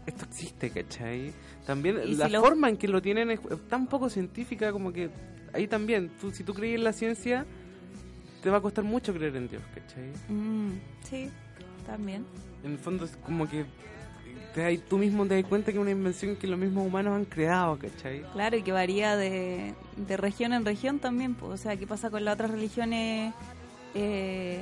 Speaker 2: esto existe, ¿cachai? También
Speaker 3: Y
Speaker 2: la
Speaker 3: si lo-
Speaker 2: forma en que lo tienen es tan poco científica como que ahí también, tú, si tú crees en la ciencia, te va a costar mucho creer en Dios, ¿cachai?
Speaker 3: Mm, sí, también.
Speaker 2: En el fondo es como que te das- tú mismo te das cuenta que es una invención que los mismos humanos han creado, ¿cachai?
Speaker 3: Claro, y que varía de, de región en región también. pues. O sea, ¿qué pasa con las otras religiones eh,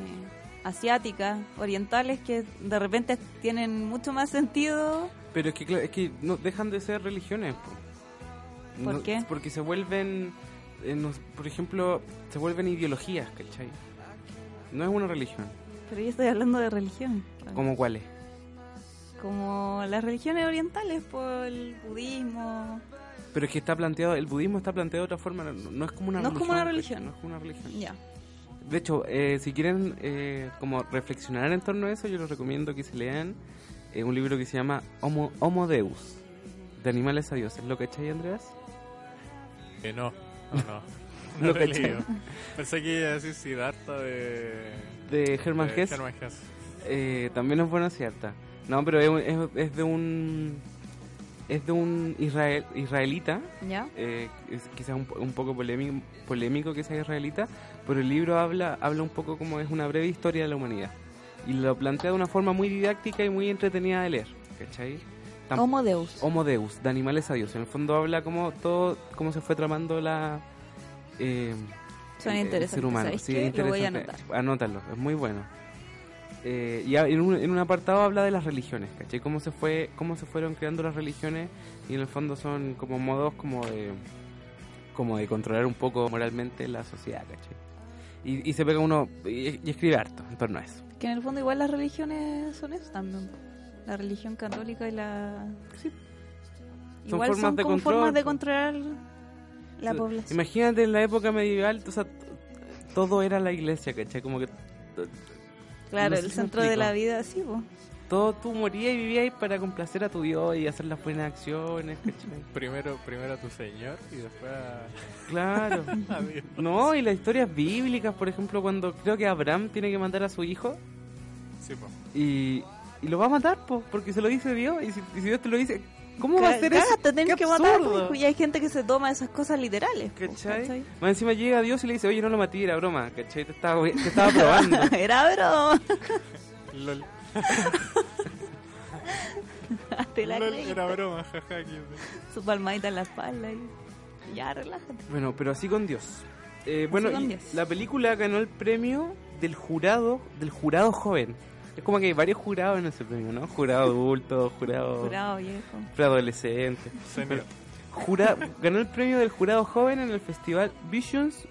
Speaker 3: asiáticas, orientales, que de repente tienen mucho más sentido?
Speaker 2: Pero es que, cla- es que no dejan de ser religiones. po.
Speaker 3: ¿Por
Speaker 2: No-
Speaker 3: qué?
Speaker 2: Porque se vuelven, eh, no- por ejemplo, se vuelven ideologías, ¿cachai? No es una religión.
Speaker 3: Pero yo estoy hablando de religión.
Speaker 2: ¿Cómo cuál es?
Speaker 3: Como las religiones orientales, por el budismo.
Speaker 2: Pero es que está planteado, el budismo está planteado de otra forma, no, no es como una
Speaker 3: No
Speaker 2: religión.
Speaker 3: es como una
Speaker 2: ¿cachai?
Speaker 3: religión.
Speaker 2: No es como una religión.
Speaker 3: Ya.
Speaker 2: De hecho, eh, si quieren eh, como reflexionar en torno a eso, yo les recomiendo que se lean eh, un libro que se llama Homo, Homo Deus, de animales a dioses. ¿Lo cachai, Andreas?
Speaker 4: Eh, no, no, no.
Speaker 2: Lo
Speaker 4: No lo he
Speaker 2: caché.
Speaker 4: leído. Pensé que iba a decir Siddhartha de.
Speaker 2: De Hermann
Speaker 4: de
Speaker 2: Hesse.
Speaker 4: Hermann Hesse.
Speaker 2: Eh, también es buena cierta. No, pero es, un- es- es de un... Es de un israel, israelita,
Speaker 3: ¿Ya?
Speaker 2: eh, es quizás un, po- un poco polémico, polémico que sea israelita, pero el libro habla, habla un poco como es una breve historia de la humanidad. Y lo plantea de una forma muy didáctica y muy entretenida de leer, ¿cachai? Tam- Oh,
Speaker 3: Homo Deus.
Speaker 2: Homo Deus, de animales a Dios. En el fondo habla como todo, cómo se fue tramando la... eh,
Speaker 3: Suena
Speaker 2: el- el
Speaker 3: interesante.
Speaker 2: Ser humano.
Speaker 3: ¿sabes
Speaker 2: Sí,
Speaker 3: qué?
Speaker 2: es
Speaker 3: Lo voy a
Speaker 2: interesante.
Speaker 3: anotar.
Speaker 2: Anótalo, es muy bueno. Eh, y ha- en un, en un apartado habla de las religiones, ¿cachai? Cómo se, fue, cómo se fueron creando las religiones y en el fondo son como modos como de, como de controlar un poco moralmente la sociedad, ¿cachai? Y, y se pega uno y, y escribe harto en torno a eso.
Speaker 3: Que en el fondo igual las religiones son eso también. La religión católica y la... Sí. igual
Speaker 2: formas
Speaker 3: son
Speaker 2: de
Speaker 3: como
Speaker 2: control,
Speaker 3: formas de
Speaker 2: po.
Speaker 3: controlar la población.
Speaker 2: Imagínate en la época medieval, o sea, t- todo era la iglesia, ¿cachai? Como que t-
Speaker 3: Claro,
Speaker 2: no sé
Speaker 3: el
Speaker 2: si me
Speaker 3: centro de la
Speaker 2: explico.
Speaker 3: vida, sí, po.
Speaker 2: todo tú morías y vivías para complacer a tu Dios y hacer las buenas acciones, ¿cachai?
Speaker 4: Primero, primero a tu señor y después a,
Speaker 2: Claro.
Speaker 4: a Dios.
Speaker 2: No, y las historias bíblicas, por ejemplo, cuando creo que Abraham tiene que matar a su hijo
Speaker 4: Sí, po.
Speaker 2: y, y lo va a matar, po, porque se lo dice Dios, y si, y si Dios te lo dice, ¿cómo va a
Speaker 3: Ca-
Speaker 2: ser eso?
Speaker 3: Cágate, tenés
Speaker 2: ¡Qué
Speaker 3: que matar a tu
Speaker 2: absurdo!
Speaker 3: hijo. Y hay gente que se toma esas cosas literales. po,
Speaker 2: ¿Cachai? Más encima llega Dios y le dice, oye, no lo maté, era broma, ¿cachai? Te estaba, te estaba probando.
Speaker 3: ¿cachai? Era broma.
Speaker 4: Lol.
Speaker 3: Te la
Speaker 4: Lol,
Speaker 3: creí.
Speaker 4: era broma, jaja. que-
Speaker 3: Su palmadita en la espalda. y- Ya, relájate.
Speaker 2: Bueno, pero así con Dios. Eh, bueno,
Speaker 3: con
Speaker 2: y
Speaker 3: Dios.
Speaker 2: la película ganó el premio del jurado, del jurado joven. Es como que hay varios jurados en ese premio, ¿no? Jurado adulto, jurado, jurado.
Speaker 3: Curado, viejo.
Speaker 2: adolescente.
Speaker 4: Señor.
Speaker 2: Jura- ganó el premio del jurado joven en el festival Visions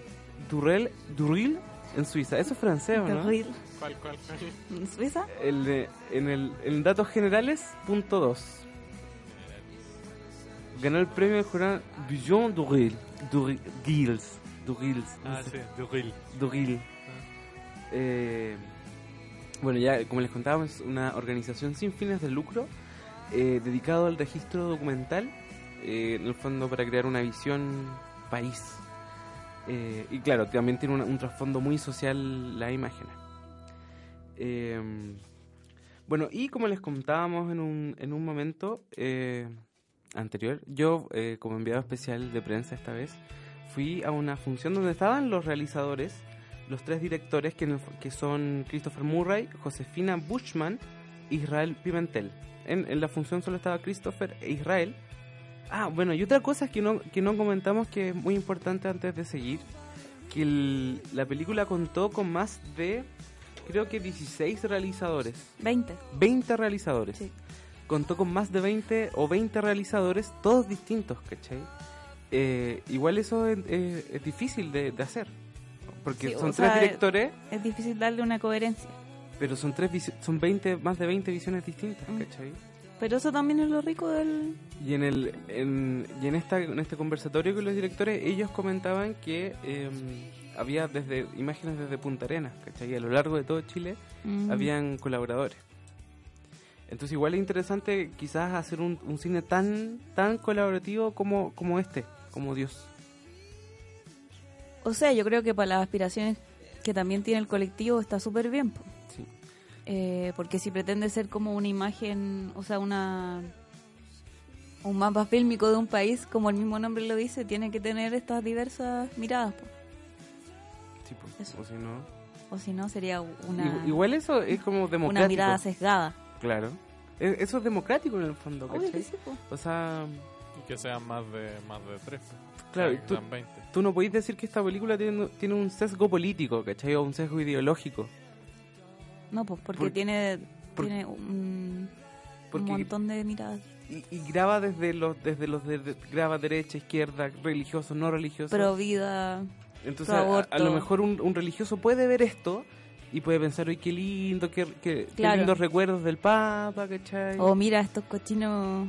Speaker 2: Durrell, Durrell en Suiza. Eso es francés, ¿o ¿no?
Speaker 3: Terrible.
Speaker 4: ¿Cuál, cuál, cuál?
Speaker 3: ¿En Suiza?
Speaker 2: El de- en, el, en datos generales, punto 2. Ganó el premio del jurado Vision Durrell. Durrell. Durrells. Durrells.
Speaker 4: Ah, sí, Duril.
Speaker 2: Dugil. Eh, bueno, ya como les contábamos, es una organización sin fines de lucro eh, dedicado al registro documental, eh, en el fondo para crear una visión país. Eh, y claro, también tiene una- un trasfondo muy social la imagen. Eh, bueno, y como les contábamos en un, en un momento eh, anterior, yo eh, como enviado especial de prensa esta vez, fui a una función donde estaban los realizadores, los tres directores que, en el fo- que son Christopher Murray, Josefina Bushman Israel Pimentel. En, en la función solo estaba Christopher e Israel. Ah, bueno, y otra cosa que no, que no comentamos que es muy importante antes de seguir, que el- la película contó con más de, creo que 16 realizadores.
Speaker 1: 20.
Speaker 2: 20 realizadores.
Speaker 1: Sí.
Speaker 2: Contó con más de 20 o 20 realizadores, todos distintos, ¿cachai? Eh, igual eso es, es- es difícil de, de hacer. Porque
Speaker 3: Sí, o
Speaker 2: son
Speaker 3: sea,
Speaker 2: tres directores,
Speaker 3: Es difícil darle una coherencia.
Speaker 2: pero son tres visi- son 20, más de 20 visiones distintas, ¿cachai?
Speaker 3: Pero eso también es lo rico del...
Speaker 2: Y en el en, y en esta en este conversatorio con los directores ellos comentaban que eh, había desde imágenes desde Punta Arenas, ¿cachai? Y a lo largo de todo Chile
Speaker 3: Mm.
Speaker 2: habían colaboradores. Entonces igual es interesante quizás hacer un, un cine tan tan colaborativo como como este, como Dios.
Speaker 3: O sea, yo creo que para las aspiraciones que también tiene el colectivo está súper bien. po.
Speaker 2: Sí.
Speaker 3: Eh, porque si pretende ser como una imagen, o sea, una un mapa fílmico de un país, como el mismo nombre lo dice, tiene que tener estas diversas miradas. po.
Speaker 2: Sí, pues,
Speaker 3: Eso.
Speaker 2: o si no-
Speaker 3: O si no, sería una,
Speaker 2: Igu- Igual eso es como democrático.
Speaker 3: una mirada sesgada.
Speaker 2: Claro. E- Eso es democrático en el fondo,
Speaker 3: Obvio que
Speaker 2: ¿cachai?
Speaker 3: sí, po.
Speaker 2: O sea,
Speaker 4: Y que sean más de, más de tres.
Speaker 2: Claro,
Speaker 4: Que
Speaker 2: y tú-
Speaker 4: sean 20.
Speaker 2: tú no podéis decir que esta película tiene, tiene un sesgo político, ¿cachai? O un sesgo ideológico.
Speaker 3: No, pues porque
Speaker 2: Por-
Speaker 3: tiene,
Speaker 2: por-
Speaker 3: tiene un, un
Speaker 2: Porque
Speaker 3: montón de miradas.
Speaker 2: y, y graba desde los desde los de- de- graba derecha, izquierda, religioso, no religioso.
Speaker 3: Pro vida.
Speaker 2: Entonces,
Speaker 3: pro
Speaker 2: a- a,
Speaker 3: aborto.
Speaker 2: lo mejor un, un religioso puede ver esto y puede pensar, "Uy, qué lindo, qué, qué- qué
Speaker 3: Claro. Oh.
Speaker 2: lindos recuerdos del Papa, ¿cachai?"
Speaker 3: O mira, estos cochinos.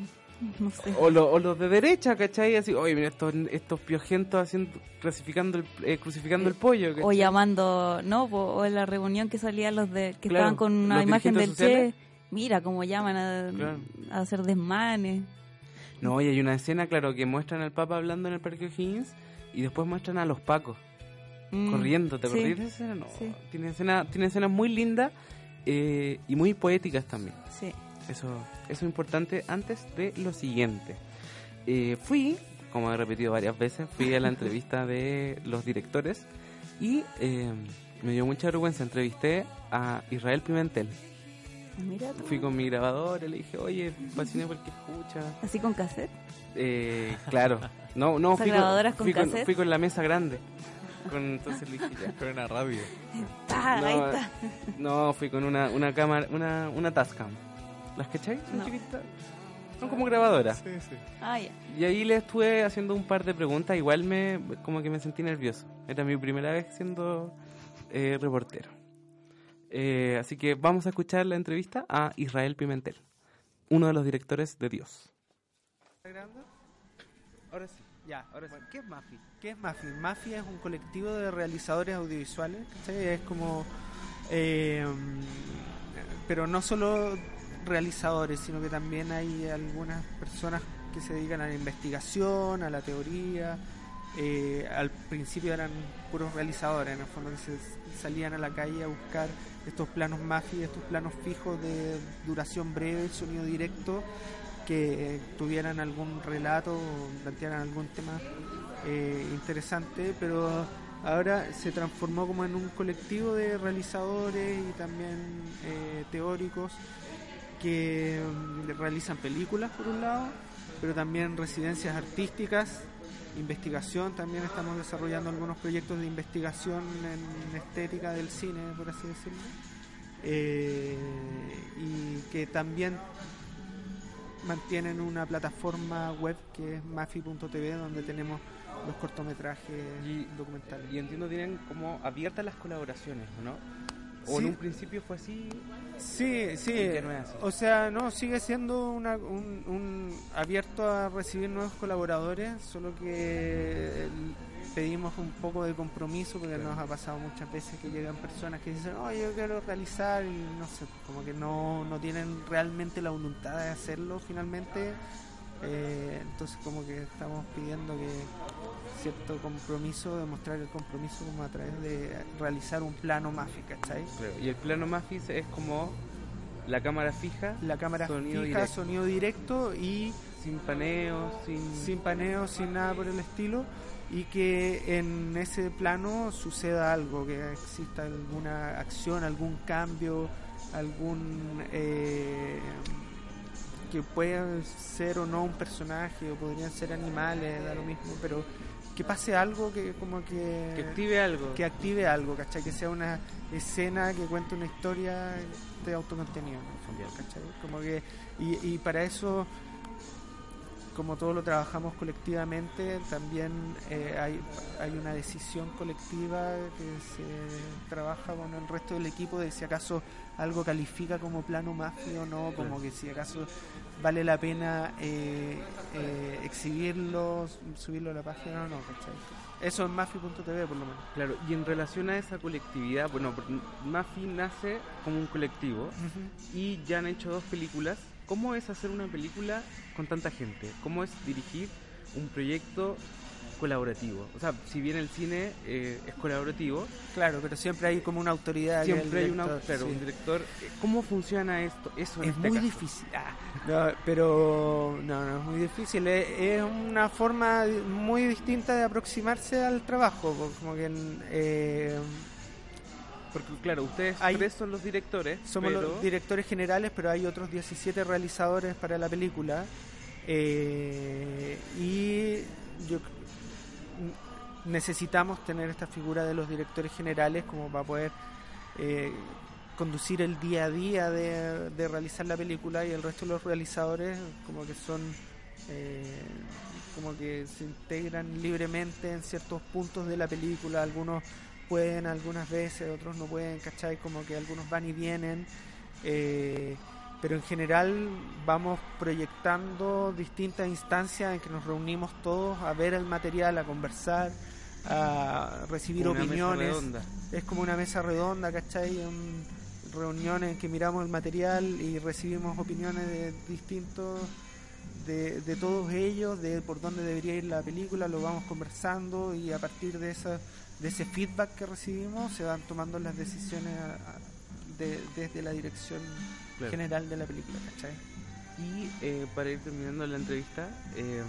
Speaker 3: No sé.
Speaker 2: O, lo- o los de derecha, ¿cachai? Así, oye, mira estos, estos piojentos haciendo, clasificando el, eh, crucificando el pollo.
Speaker 3: O
Speaker 2: ¿cachai?
Speaker 3: llamando, no, po, o en la reunión que salían los de que
Speaker 2: Claro,
Speaker 3: estaban con una
Speaker 2: los
Speaker 3: imagen del
Speaker 2: dirigentes sociales.
Speaker 3: Che, mira cómo llaman a,
Speaker 2: Claro.
Speaker 3: a hacer desmanes.
Speaker 2: No, y hay una escena, claro, que muestran al Papa hablando en el Parque O'Higgins y después muestran a los pacos.
Speaker 3: Mm.
Speaker 2: corriendo. ¿Te
Speaker 3: Sí.
Speaker 2: acordás de esa escena? No.
Speaker 3: Sí.
Speaker 2: Tiene, escena, tiene escenas muy lindas eh, y muy poéticas también.
Speaker 3: Sí.
Speaker 2: Eso, eso es importante antes de lo siguiente. Eh, fui, como he repetido varias veces, fui a la entrevista de los directores y eh, me dio mucha vergüenza. Entrevisté a Israel Pimentel.
Speaker 3: Mira tú.
Speaker 2: Fui con mi grabador y le dije, oye, fasciné porque escucha.
Speaker 3: Así con cassette.
Speaker 2: Eh, claro. No, no,
Speaker 3: Esas
Speaker 2: fui
Speaker 3: grabadoras con
Speaker 2: fui con,
Speaker 3: cassette.
Speaker 2: fui con la mesa grande. Con, entonces le dije, ya.
Speaker 4: Con una radio.
Speaker 2: No,
Speaker 3: ¡Pah! Ah, Ahí está.
Speaker 2: No, fui con una, una cámara, una, una Tascam. ¿Las cachai? Son
Speaker 3: No.
Speaker 2: chiquititas. Son como grabadoras.
Speaker 4: Sí, sí.
Speaker 3: Ah, ya.
Speaker 2: Y ahí le estuve haciendo un par de preguntas. Igual me como que me sentí nervioso. Era mi primera vez siendo eh, reportero. Eh, así que vamos a escuchar la entrevista a Israel Pimentel, uno de los directores de Dios.
Speaker 5: Ahora sí.
Speaker 6: Ya,
Speaker 5: Ahora sí.
Speaker 6: ¿Qué es Mafi? ¿Qué es Mafi? Mafi es un colectivo de realizadores audiovisuales, ¿cachai? Es como... eh, pero no solo realizadores, sino que también hay algunas personas que se dedican a la investigación, a la teoría. eh, al principio eran puros realizadores, en el fondo que se salían a la calle a buscar estos planos Mafi, estos planos fijos de duración breve, sonido directo, que eh, tuvieran algún relato o plantearan algún tema eh, interesante, pero ahora se transformó como en un colectivo de realizadores y también eh, teóricos que mm, realizan películas por un lado, pero también residencias artísticas, investigación, también estamos desarrollando algunos proyectos de investigación en estética del cine, por así decirlo, Eh, y que también mantienen una plataforma web que es mafi.tv donde tenemos los cortometrajes
Speaker 2: Y-
Speaker 6: documentales.
Speaker 2: Y entiendo tienen como abiertas las colaboraciones, ¿no?
Speaker 6: O en Sí. un
Speaker 2: principio fue así.
Speaker 6: Sí, sí.
Speaker 2: ¿Y qué no es así?
Speaker 6: O sea, no, sigue siendo una- un, un- abierto a recibir nuevos colaboradores, solo que pedimos un poco de compromiso porque nos ha pasado muchas veces que llegan personas que dicen, oh, yo quiero realizar y no sé, como que no, no tienen realmente la voluntad de hacerlo finalmente. Eh, entonces como que estamos pidiendo que cierto compromiso, demostrar el compromiso como a través de realizar un plano mágico, ¿cachai?
Speaker 2: Y el plano Mafi es como la cámara fija
Speaker 6: la cámara
Speaker 2: Sonido
Speaker 6: fija,
Speaker 2: directo.
Speaker 6: sonido directo y
Speaker 2: sin paneo, sin...
Speaker 6: sin paneo, sin nada por el estilo y que en ese plano suceda algo, que exista alguna acción, algún cambio, algún eh, que pueda ser o no un personaje o podrían ser animales da lo mismo pero que pase algo que como que
Speaker 2: Que active algo.
Speaker 6: que active algo ¿cachai? que sea una escena que cuente una historia de autocontenido en el fondo,
Speaker 2: Ya.
Speaker 6: ¿cachai? como que y, y para eso como todo lo trabajamos colectivamente, también eh, hay, hay una decisión colectiva que se trabaja con el resto del equipo de si acaso algo califica como plano mafia o no, como que si acaso vale la pena eh, eh, exhibirlo, subirlo a la página o no. ¿cachai? Eso en mafi.tv por lo menos.
Speaker 2: Claro, y en relación a esa colectividad, bueno, Mafi nace como un colectivo y ya han hecho dos películas. ¿Cómo es hacer una película con tanta gente? ¿Cómo es dirigir un proyecto colaborativo? O sea, si bien el cine eh, es colaborativo,
Speaker 6: Claro, pero siempre hay como una autoridad. que es el
Speaker 2: siempre hay una-
Speaker 6: director,
Speaker 2: claro,
Speaker 6: sí.
Speaker 2: un director. ¿Cómo funciona esto? Eso en
Speaker 6: es
Speaker 2: este
Speaker 6: muy
Speaker 2: caso.
Speaker 6: difícil. Ah, no, pero no, no es muy difícil. Es, es una forma di- muy distinta de aproximarse al trabajo. po- Como que en, eh,
Speaker 2: Porque claro, ustedes
Speaker 6: Hay-
Speaker 2: tres son los directores,
Speaker 6: somos
Speaker 2: pero-
Speaker 6: los directores generales, pero hay otros 17 realizadores para la película. Eh, y yo c- necesitamos tener esta figura de los directores generales como para poder eh, conducir el día a día de, de realizar la película y el resto de los realizadores como que son eh, como que se integran libremente en ciertos puntos de la película algunos pueden algunas veces otros no pueden ¿cachai? como que algunos van y vienen eh, pero en general vamos proyectando distintas instancias en que nos reunimos todos a ver el material a conversar a recibir
Speaker 2: Una mesa
Speaker 6: opiniones
Speaker 2: redonda.
Speaker 6: es como una mesa redonda, ¿cachai? En reuniones en que miramos el material y recibimos opiniones de distintos de, de todos ellos, de por dónde debería ir la película, lo vamos conversando y a partir de esa, de ese feedback que recibimos se van tomando las decisiones a- a- de- desde la dirección
Speaker 2: Claro.
Speaker 6: general de la película, ¿cachai?
Speaker 2: Y eh, para ir terminando la entrevista, eh,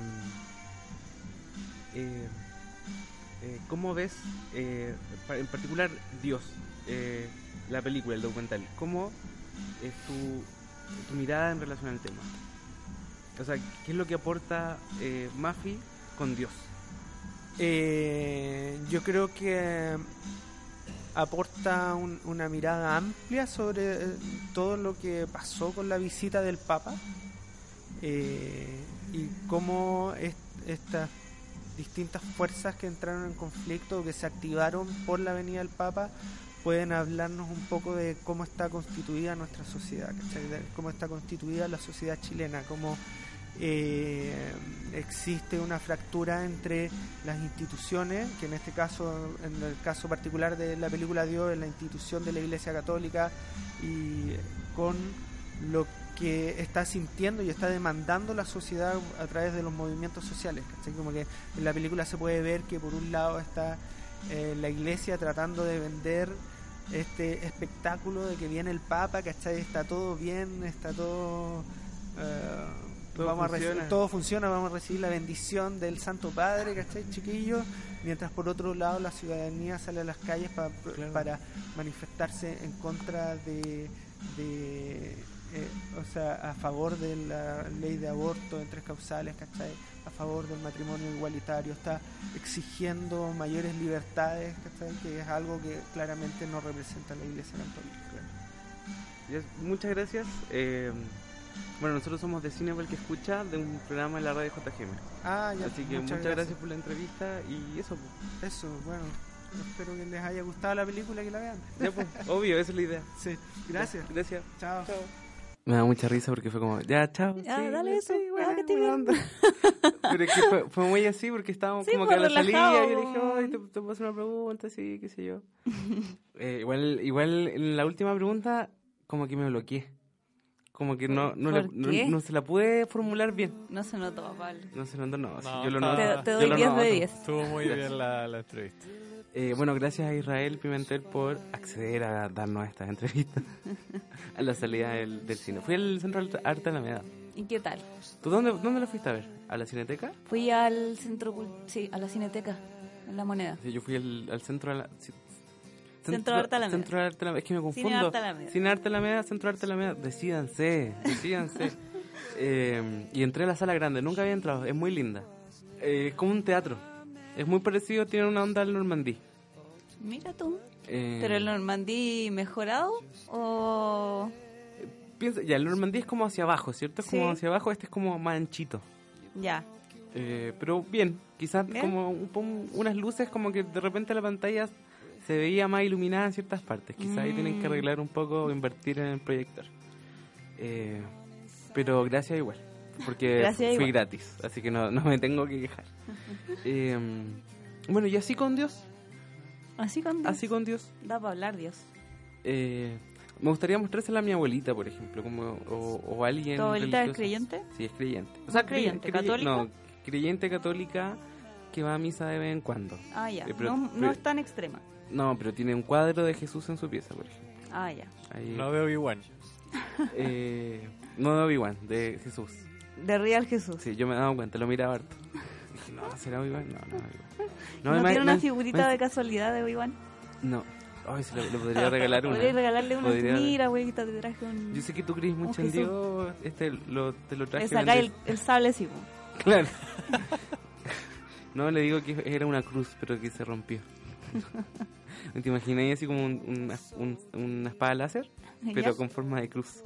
Speaker 2: eh, eh, ¿cómo ves, eh, pa- en particular, Dios, eh, la película, el documental? ¿Cómo es tu, tu mirada en relación al tema? O sea, ¿qué es lo que aporta eh, Mafi con Dios?
Speaker 6: Eh, yo creo que aporta un- una mirada amplia sobre eh, todo lo que pasó con la visita del Papa eh, y cómo est- estas distintas fuerzas que entraron en conflicto o que se activaron por la venida del Papa pueden hablarnos un poco de cómo está constituida nuestra sociedad, ¿cachai? De cómo está constituida la sociedad chilena, cómo eh, existe una fractura entre las instituciones, que en este caso, en el caso particular de la película Dios, es la institución de la Iglesia Católica, y con lo que está sintiendo y está demandando la sociedad a través de los movimientos sociales. ¿cachai? Como que en la película se puede ver que por un lado está eh, la Iglesia tratando de vender este espectáculo de que viene el Papa, ¿cachai? Está todo bien, está todo... eh,
Speaker 2: Todo
Speaker 6: vamos a reci-
Speaker 2: funciona.
Speaker 6: todo funciona, vamos a recibir la bendición del Santo Padre, ¿cachai, chiquillos? Mientras por otro lado la ciudadanía sale a las calles pa- para manifestarse en contra de, de, eh, o sea, a favor de la ley de aborto en tres causales, ¿cachai? A favor del matrimonio igualitario, está exigiendo mayores libertades, ¿cachai? Que es algo que claramente no representa la Iglesia Católica.
Speaker 2: Ya, Muchas gracias. eh, bueno, nosotros somos de Cine el que escucha, de un programa de la radio JGM.
Speaker 6: Ah, ya,
Speaker 2: Así que muchas, gracias. por la entrevista y eso. pues.
Speaker 6: Eso, bueno, espero que les haya gustado la película y que la vean.
Speaker 2: Ya, pues, obvio, esa es la idea.
Speaker 6: Sí, gracias.
Speaker 2: Gracias.
Speaker 6: Chao.
Speaker 2: Me da mucha risa porque fue como, ya, chao.
Speaker 3: Ya, Ah, dale eso, ya, que te
Speaker 2: buena
Speaker 3: bien.
Speaker 2: onda. Pero es que fue, fue muy así porque estábamos
Speaker 3: Sí,
Speaker 2: como que
Speaker 3: pues,
Speaker 2: a la salida
Speaker 3: relajado,
Speaker 2: y yo dije,
Speaker 3: po.
Speaker 2: ay, te, te puedo hacer una pregunta, sí, qué sé yo. Eh, igual, igual en la última pregunta, como que me bloqueé. Como que no, no, la-
Speaker 3: ¿Por
Speaker 2: no,
Speaker 3: qué?
Speaker 2: no se la pude formular bien.
Speaker 3: No se notó, Pablo.
Speaker 2: No se lo ando, no, sí,
Speaker 4: No,
Speaker 2: yo lo
Speaker 4: está-
Speaker 2: noto.
Speaker 3: Te, te
Speaker 2: Ah, yo
Speaker 3: doy
Speaker 2: lo
Speaker 3: 10 de
Speaker 2: noto.
Speaker 3: 10.
Speaker 4: Estuvo muy bien la, la entrevista.
Speaker 2: Eh, bueno, gracias a Israel Pimentel por acceder a darnos estas entrevistas a la salida del, del cine. Fui al Centro Arte Alameda.
Speaker 3: ¿Y qué tal?
Speaker 2: ¿Tú dónde, dónde lo fuiste a ver? ¿A la Cineteca?
Speaker 3: Fui al centro, cul- sí, a la cineteca, en La Moneda.
Speaker 2: Sí, yo fui al, al centro de la... sí,
Speaker 3: Centro de Arte Alameda.
Speaker 2: Centro de Arte Alameda. Es que me confundo.
Speaker 3: Cine de Arte Alameda.
Speaker 2: Cine de Arte Alameda, Centro de Arte Alameda. Decídanse, decídanse. Eh, y entré a la sala grande. Nunca había entrado. Es muy linda. Eh, es como un teatro. Es muy parecido, tiene una onda al Normandí.
Speaker 3: Mira tú.
Speaker 2: Eh,
Speaker 3: ¿Pero el Normandí mejorado o...?
Speaker 2: piensa- ya, el Normandí es como hacia abajo, ¿cierto? Es como
Speaker 3: Sí.
Speaker 2: hacia abajo. Este es como más anchito.
Speaker 3: Ya.
Speaker 2: Eh, pero bien, quizás
Speaker 3: Bien.
Speaker 2: como un po- unas luces como que de repente la pantalla se veía más iluminada en ciertas partes. Quizás ahí tienen
Speaker 3: Mm.
Speaker 2: que arreglar un poco o invertir en el proyector. Eh, pero gracias igual, porque
Speaker 3: Gracias
Speaker 2: fui
Speaker 3: igual.
Speaker 2: gratis, así que no, no me tengo que quejar. Eh, bueno, y así con Dios,
Speaker 3: Así con Dios.
Speaker 2: así con Dios.
Speaker 3: Da para hablar Dios.
Speaker 2: Eh, me gustaría mostrársela a mi abuelita, por ejemplo, como o, o alguien
Speaker 3: ¿Tu abuelita es
Speaker 2: religioso.
Speaker 3: creyente?
Speaker 2: Sí, es creyente. O sea,
Speaker 3: ¿Creyente
Speaker 2: crey-
Speaker 3: católica?
Speaker 2: No, creyente católica que va a misa de vez en cuando.
Speaker 3: Ah, ya.
Speaker 2: Eh, pero-
Speaker 3: no,
Speaker 2: pero-
Speaker 3: no es tan extrema.
Speaker 2: No, pero tiene un cuadro de Jesús en su pieza, por ejemplo.
Speaker 3: Ah, ya.
Speaker 2: Ahí,
Speaker 4: No de Obi-Wan.
Speaker 2: eh, no de Obi-Wan, de Jesús.
Speaker 3: De Real Jesús.
Speaker 2: Sí, yo me he dado cuenta, lo miraba harto. Dije, no, ¿será Obi-Wan? No, no, es Obi-Wan.
Speaker 3: ¿No,
Speaker 2: me-
Speaker 3: tiene una
Speaker 2: me-
Speaker 3: figurita
Speaker 2: me-
Speaker 3: de casualidad de Obi-Wan?
Speaker 2: No, ay, se lo, lo podría regalar una.
Speaker 3: Podría regalarle una.
Speaker 2: Podría-
Speaker 3: Mira, abuelita, te traje un...
Speaker 2: Yo sé que tú crees mucho en
Speaker 3: Oh, Jesús.
Speaker 2: Dios, este, lo, te lo traje.
Speaker 3: Le sacáis el,
Speaker 2: bendecido.
Speaker 3: el sable, sí. po.
Speaker 2: Claro. No, le digo que era una cruz, pero que se rompió. ¿Te imagináis así como un- una, un- una espada láser? Pero
Speaker 3: Ya.
Speaker 2: con forma de cruz.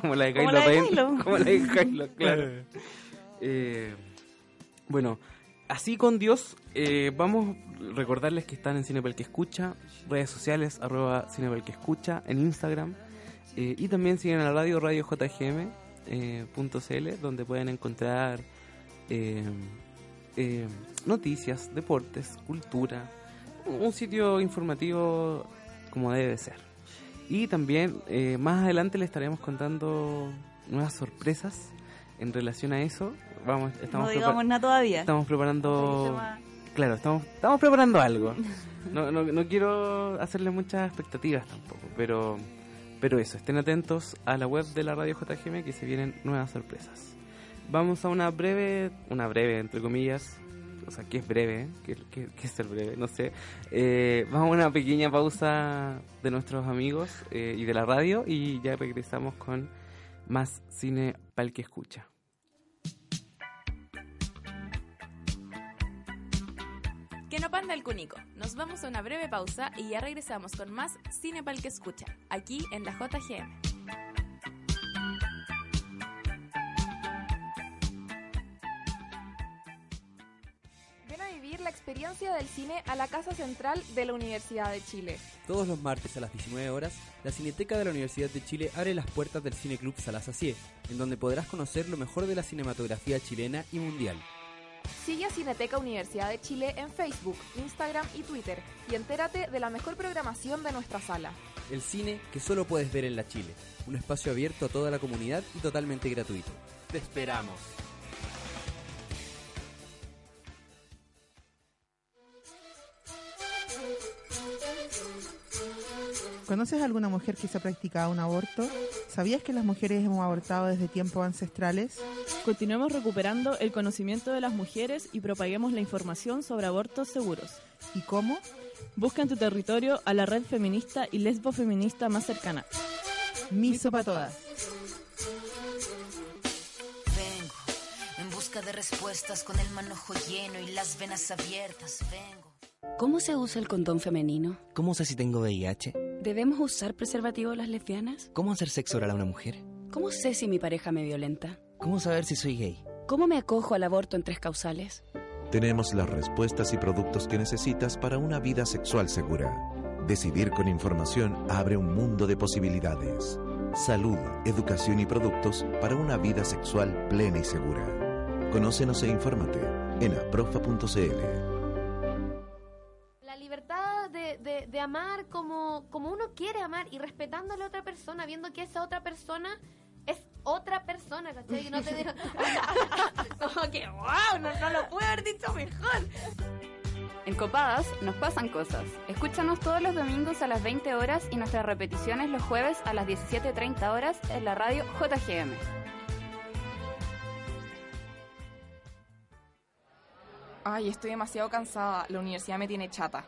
Speaker 2: Como la de
Speaker 3: Como
Speaker 2: Kylo
Speaker 3: la de
Speaker 2: Ren.
Speaker 3: Kylo.
Speaker 2: Como la de Kylo, claro. Eh, bueno, así con Dios, eh, vamos a recordarles que están en Cinepel que escucha, redes sociales, arroba Cinepel que escucha, en Instagram. eh, y también siguen a la radio, radio JGM, eh, punto CL, donde pueden encontrar eh, eh, noticias, deportes, cultura, un sitio informativo como debe ser. Y también eh, más adelante le estaremos contando nuevas sorpresas en relación a eso. Vamos, estamos,
Speaker 3: No
Speaker 2: prepar-
Speaker 3: digamos nada todavía.
Speaker 2: estamos preparando...
Speaker 3: El tema-
Speaker 2: Claro, estamos, estamos preparando algo. No, no, no quiero hacerle muchas expectativas tampoco, pero, pero eso, estén atentos a la web de la radio JGM que se vienen nuevas sorpresas. Vamos a una breve, una breve entre comillas, o sea, que es breve, que es el breve, no sé. Eh, vamos a una pequeña pausa de nuestros amigos eh, y de la radio y ya regresamos con más cine para el que escucha.
Speaker 1: Que no panda el cunico. Nos vamos a una breve pausa y ya regresamos con más Cine Pal que escucha, aquí en la JGM.
Speaker 5: Ven a vivir la experiencia del cine a la Casa Central de la Universidad de Chile.
Speaker 7: Todos los martes a las 19 horas, la Cineteca de la Universidad de Chile abre las puertas del Cine Club Salas Acié, en donde podrás conocer lo mejor de la cinematografía chilena y mundial.
Speaker 5: Sigue a Cineteca Universidad de Chile en Facebook, Instagram y Twitter y entérate de la mejor programación de nuestra sala.
Speaker 7: El cine que solo puedes ver en la Chile, un espacio abierto a toda la comunidad y totalmente gratuito. ¡Te esperamos!
Speaker 8: ¿Conoces a alguna mujer que se ha practicado un aborto? ¿Sabías que las mujeres hemos abortado desde tiempos ancestrales?
Speaker 9: Continuemos recuperando el conocimiento de las mujeres y propaguemos la información sobre abortos seguros.
Speaker 8: ¿Y cómo?
Speaker 9: Busca en tu territorio a la red feminista y lesbofeminista más cercana.
Speaker 8: Miso para todas.
Speaker 10: Vengo en busca de respuestas con el manojo lleno y las venas abiertas. Vengo.
Speaker 9: ¿Cómo se usa el condón femenino?
Speaker 11: ¿Cómo sé si tengo VIH?
Speaker 9: ¿Debemos usar preservativo las lesbianas?
Speaker 11: ¿Cómo hacer sexo oral a una mujer?
Speaker 9: ¿Cómo sé si mi pareja me violenta?
Speaker 11: ¿Cómo saber si soy gay?
Speaker 9: ¿Cómo me acojo al aborto en tres causales?
Speaker 12: Tenemos las respuestas y productos que necesitas para una vida sexual segura. Decidir con información abre un mundo de posibilidades. Salud, educación y productos para una vida sexual plena y segura. Conócenos e infórmate en aprofa.cl.
Speaker 5: La libertad de, de- de amar como, como uno quiere amar y respetando a la otra persona, viendo que esa otra persona es otra persona, ¿cachai? Y no te Como que, wow, no, no lo pude haber dicho mejor.
Speaker 9: En Copadas nos pasan cosas. Escúchanos todos los domingos a las 20 horas y nuestras repeticiones los jueves a las 17.30 horas en la radio
Speaker 2: Eh,
Speaker 9: JGM.
Speaker 5: Ay, estoy demasiado cansada. La universidad me tiene chata.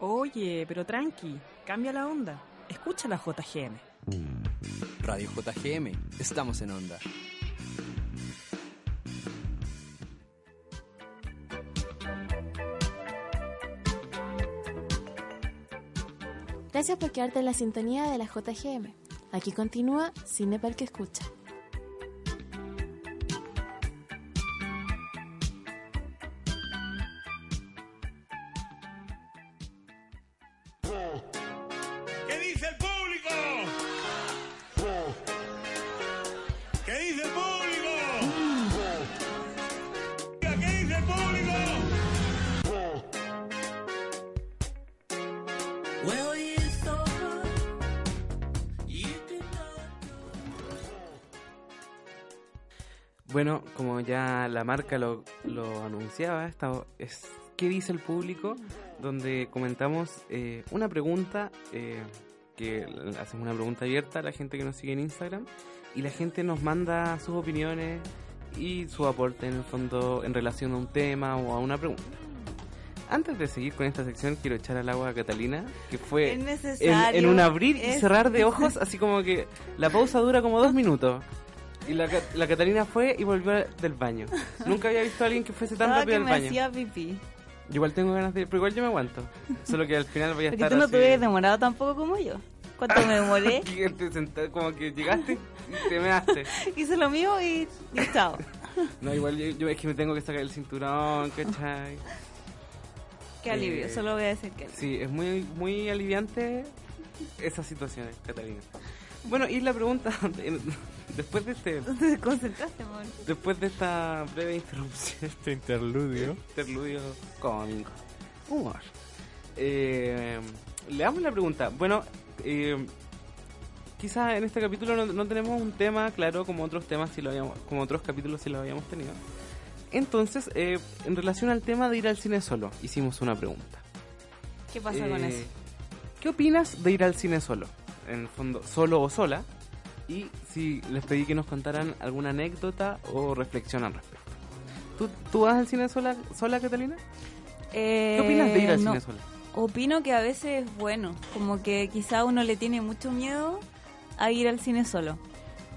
Speaker 9: Oye, pero tranqui.
Speaker 13: Cambia la onda. Escucha la JGM.
Speaker 7: Radio JGM, estamos en onda.
Speaker 14: Gracias por quedarte en la sintonía de la JGM. Aquí continúa Cinepal que escucha.
Speaker 15: ¿Qué dice el público? ¿Qué dice el público? ¿Qué dice el público?
Speaker 2: Bueno, como ya la marca lo, lo anunciaba, esta es ¿Qué dice el público? Donde comentamos eh, una pregunta, eh, que l- hacemos una pregunta abierta a la gente que nos sigue en Instagram y la gente nos manda sus opiniones y su aporte en el fondo en relación a un tema o a una pregunta. Antes de seguir con esta sección, quiero echar al agua a Catalina, que fue
Speaker 3: Es
Speaker 2: en-
Speaker 3: necesario,
Speaker 2: en, un abrir
Speaker 3: es-
Speaker 2: y cerrar de ojos, así como que la pausa dura como dos minutos. Y la, Ca- la Catalina fue y volvió del baño. Nunca había visto a alguien que fuese tan
Speaker 3: Estaba
Speaker 2: rápido
Speaker 3: que
Speaker 2: al
Speaker 3: me
Speaker 2: baño.
Speaker 3: hacía pipí.
Speaker 2: Yo igual tengo ganas de ir, pero igual yo me aguanto. Solo que al final voy a
Speaker 3: Porque
Speaker 2: estar
Speaker 3: tú no
Speaker 2: así-
Speaker 3: te hubieras demorado tampoco como yo. ¿Cuánto me demoré?
Speaker 2: que te senta- como que llegaste y te measte.
Speaker 3: Hice lo mío y, y chao.
Speaker 2: No, igual yo, yo es que me tengo que sacar el cinturón, ¿cachai?
Speaker 3: Qué alivio,
Speaker 2: Eh,
Speaker 3: solo voy a decir que alivio.
Speaker 2: Sí, es muy, muy aliviante esas situaciones, Catalina. Bueno, y la pregunta, después de este...
Speaker 3: Te concentraste, amor.
Speaker 2: Después de esta breve interrupción. Este interludio. Interludio cómico. Humor. Eh, le damos la pregunta. Bueno, eh, quizás en este capítulo no, no tenemos un tema claro como otros temas si lo habíamos, como otros capítulos si lo habíamos tenido. Entonces, eh, en relación al tema de ir al cine solo, hicimos una pregunta.
Speaker 3: ¿Qué pasa con
Speaker 2: Eh,
Speaker 3: eso?
Speaker 2: ¿Qué opinas de ir al cine solo? En el fondo, solo o sola. Y si les pedí que nos contaran alguna anécdota o reflexión al respecto. ¿Tú, tú vas al cine sola, sola Catalina?
Speaker 3: ¿Qué
Speaker 2: opinas de ir
Speaker 3: Eh,
Speaker 2: al cine sola?
Speaker 3: Opino que a veces es bueno, como que quizá uno le tiene mucho miedo a ir al cine solo,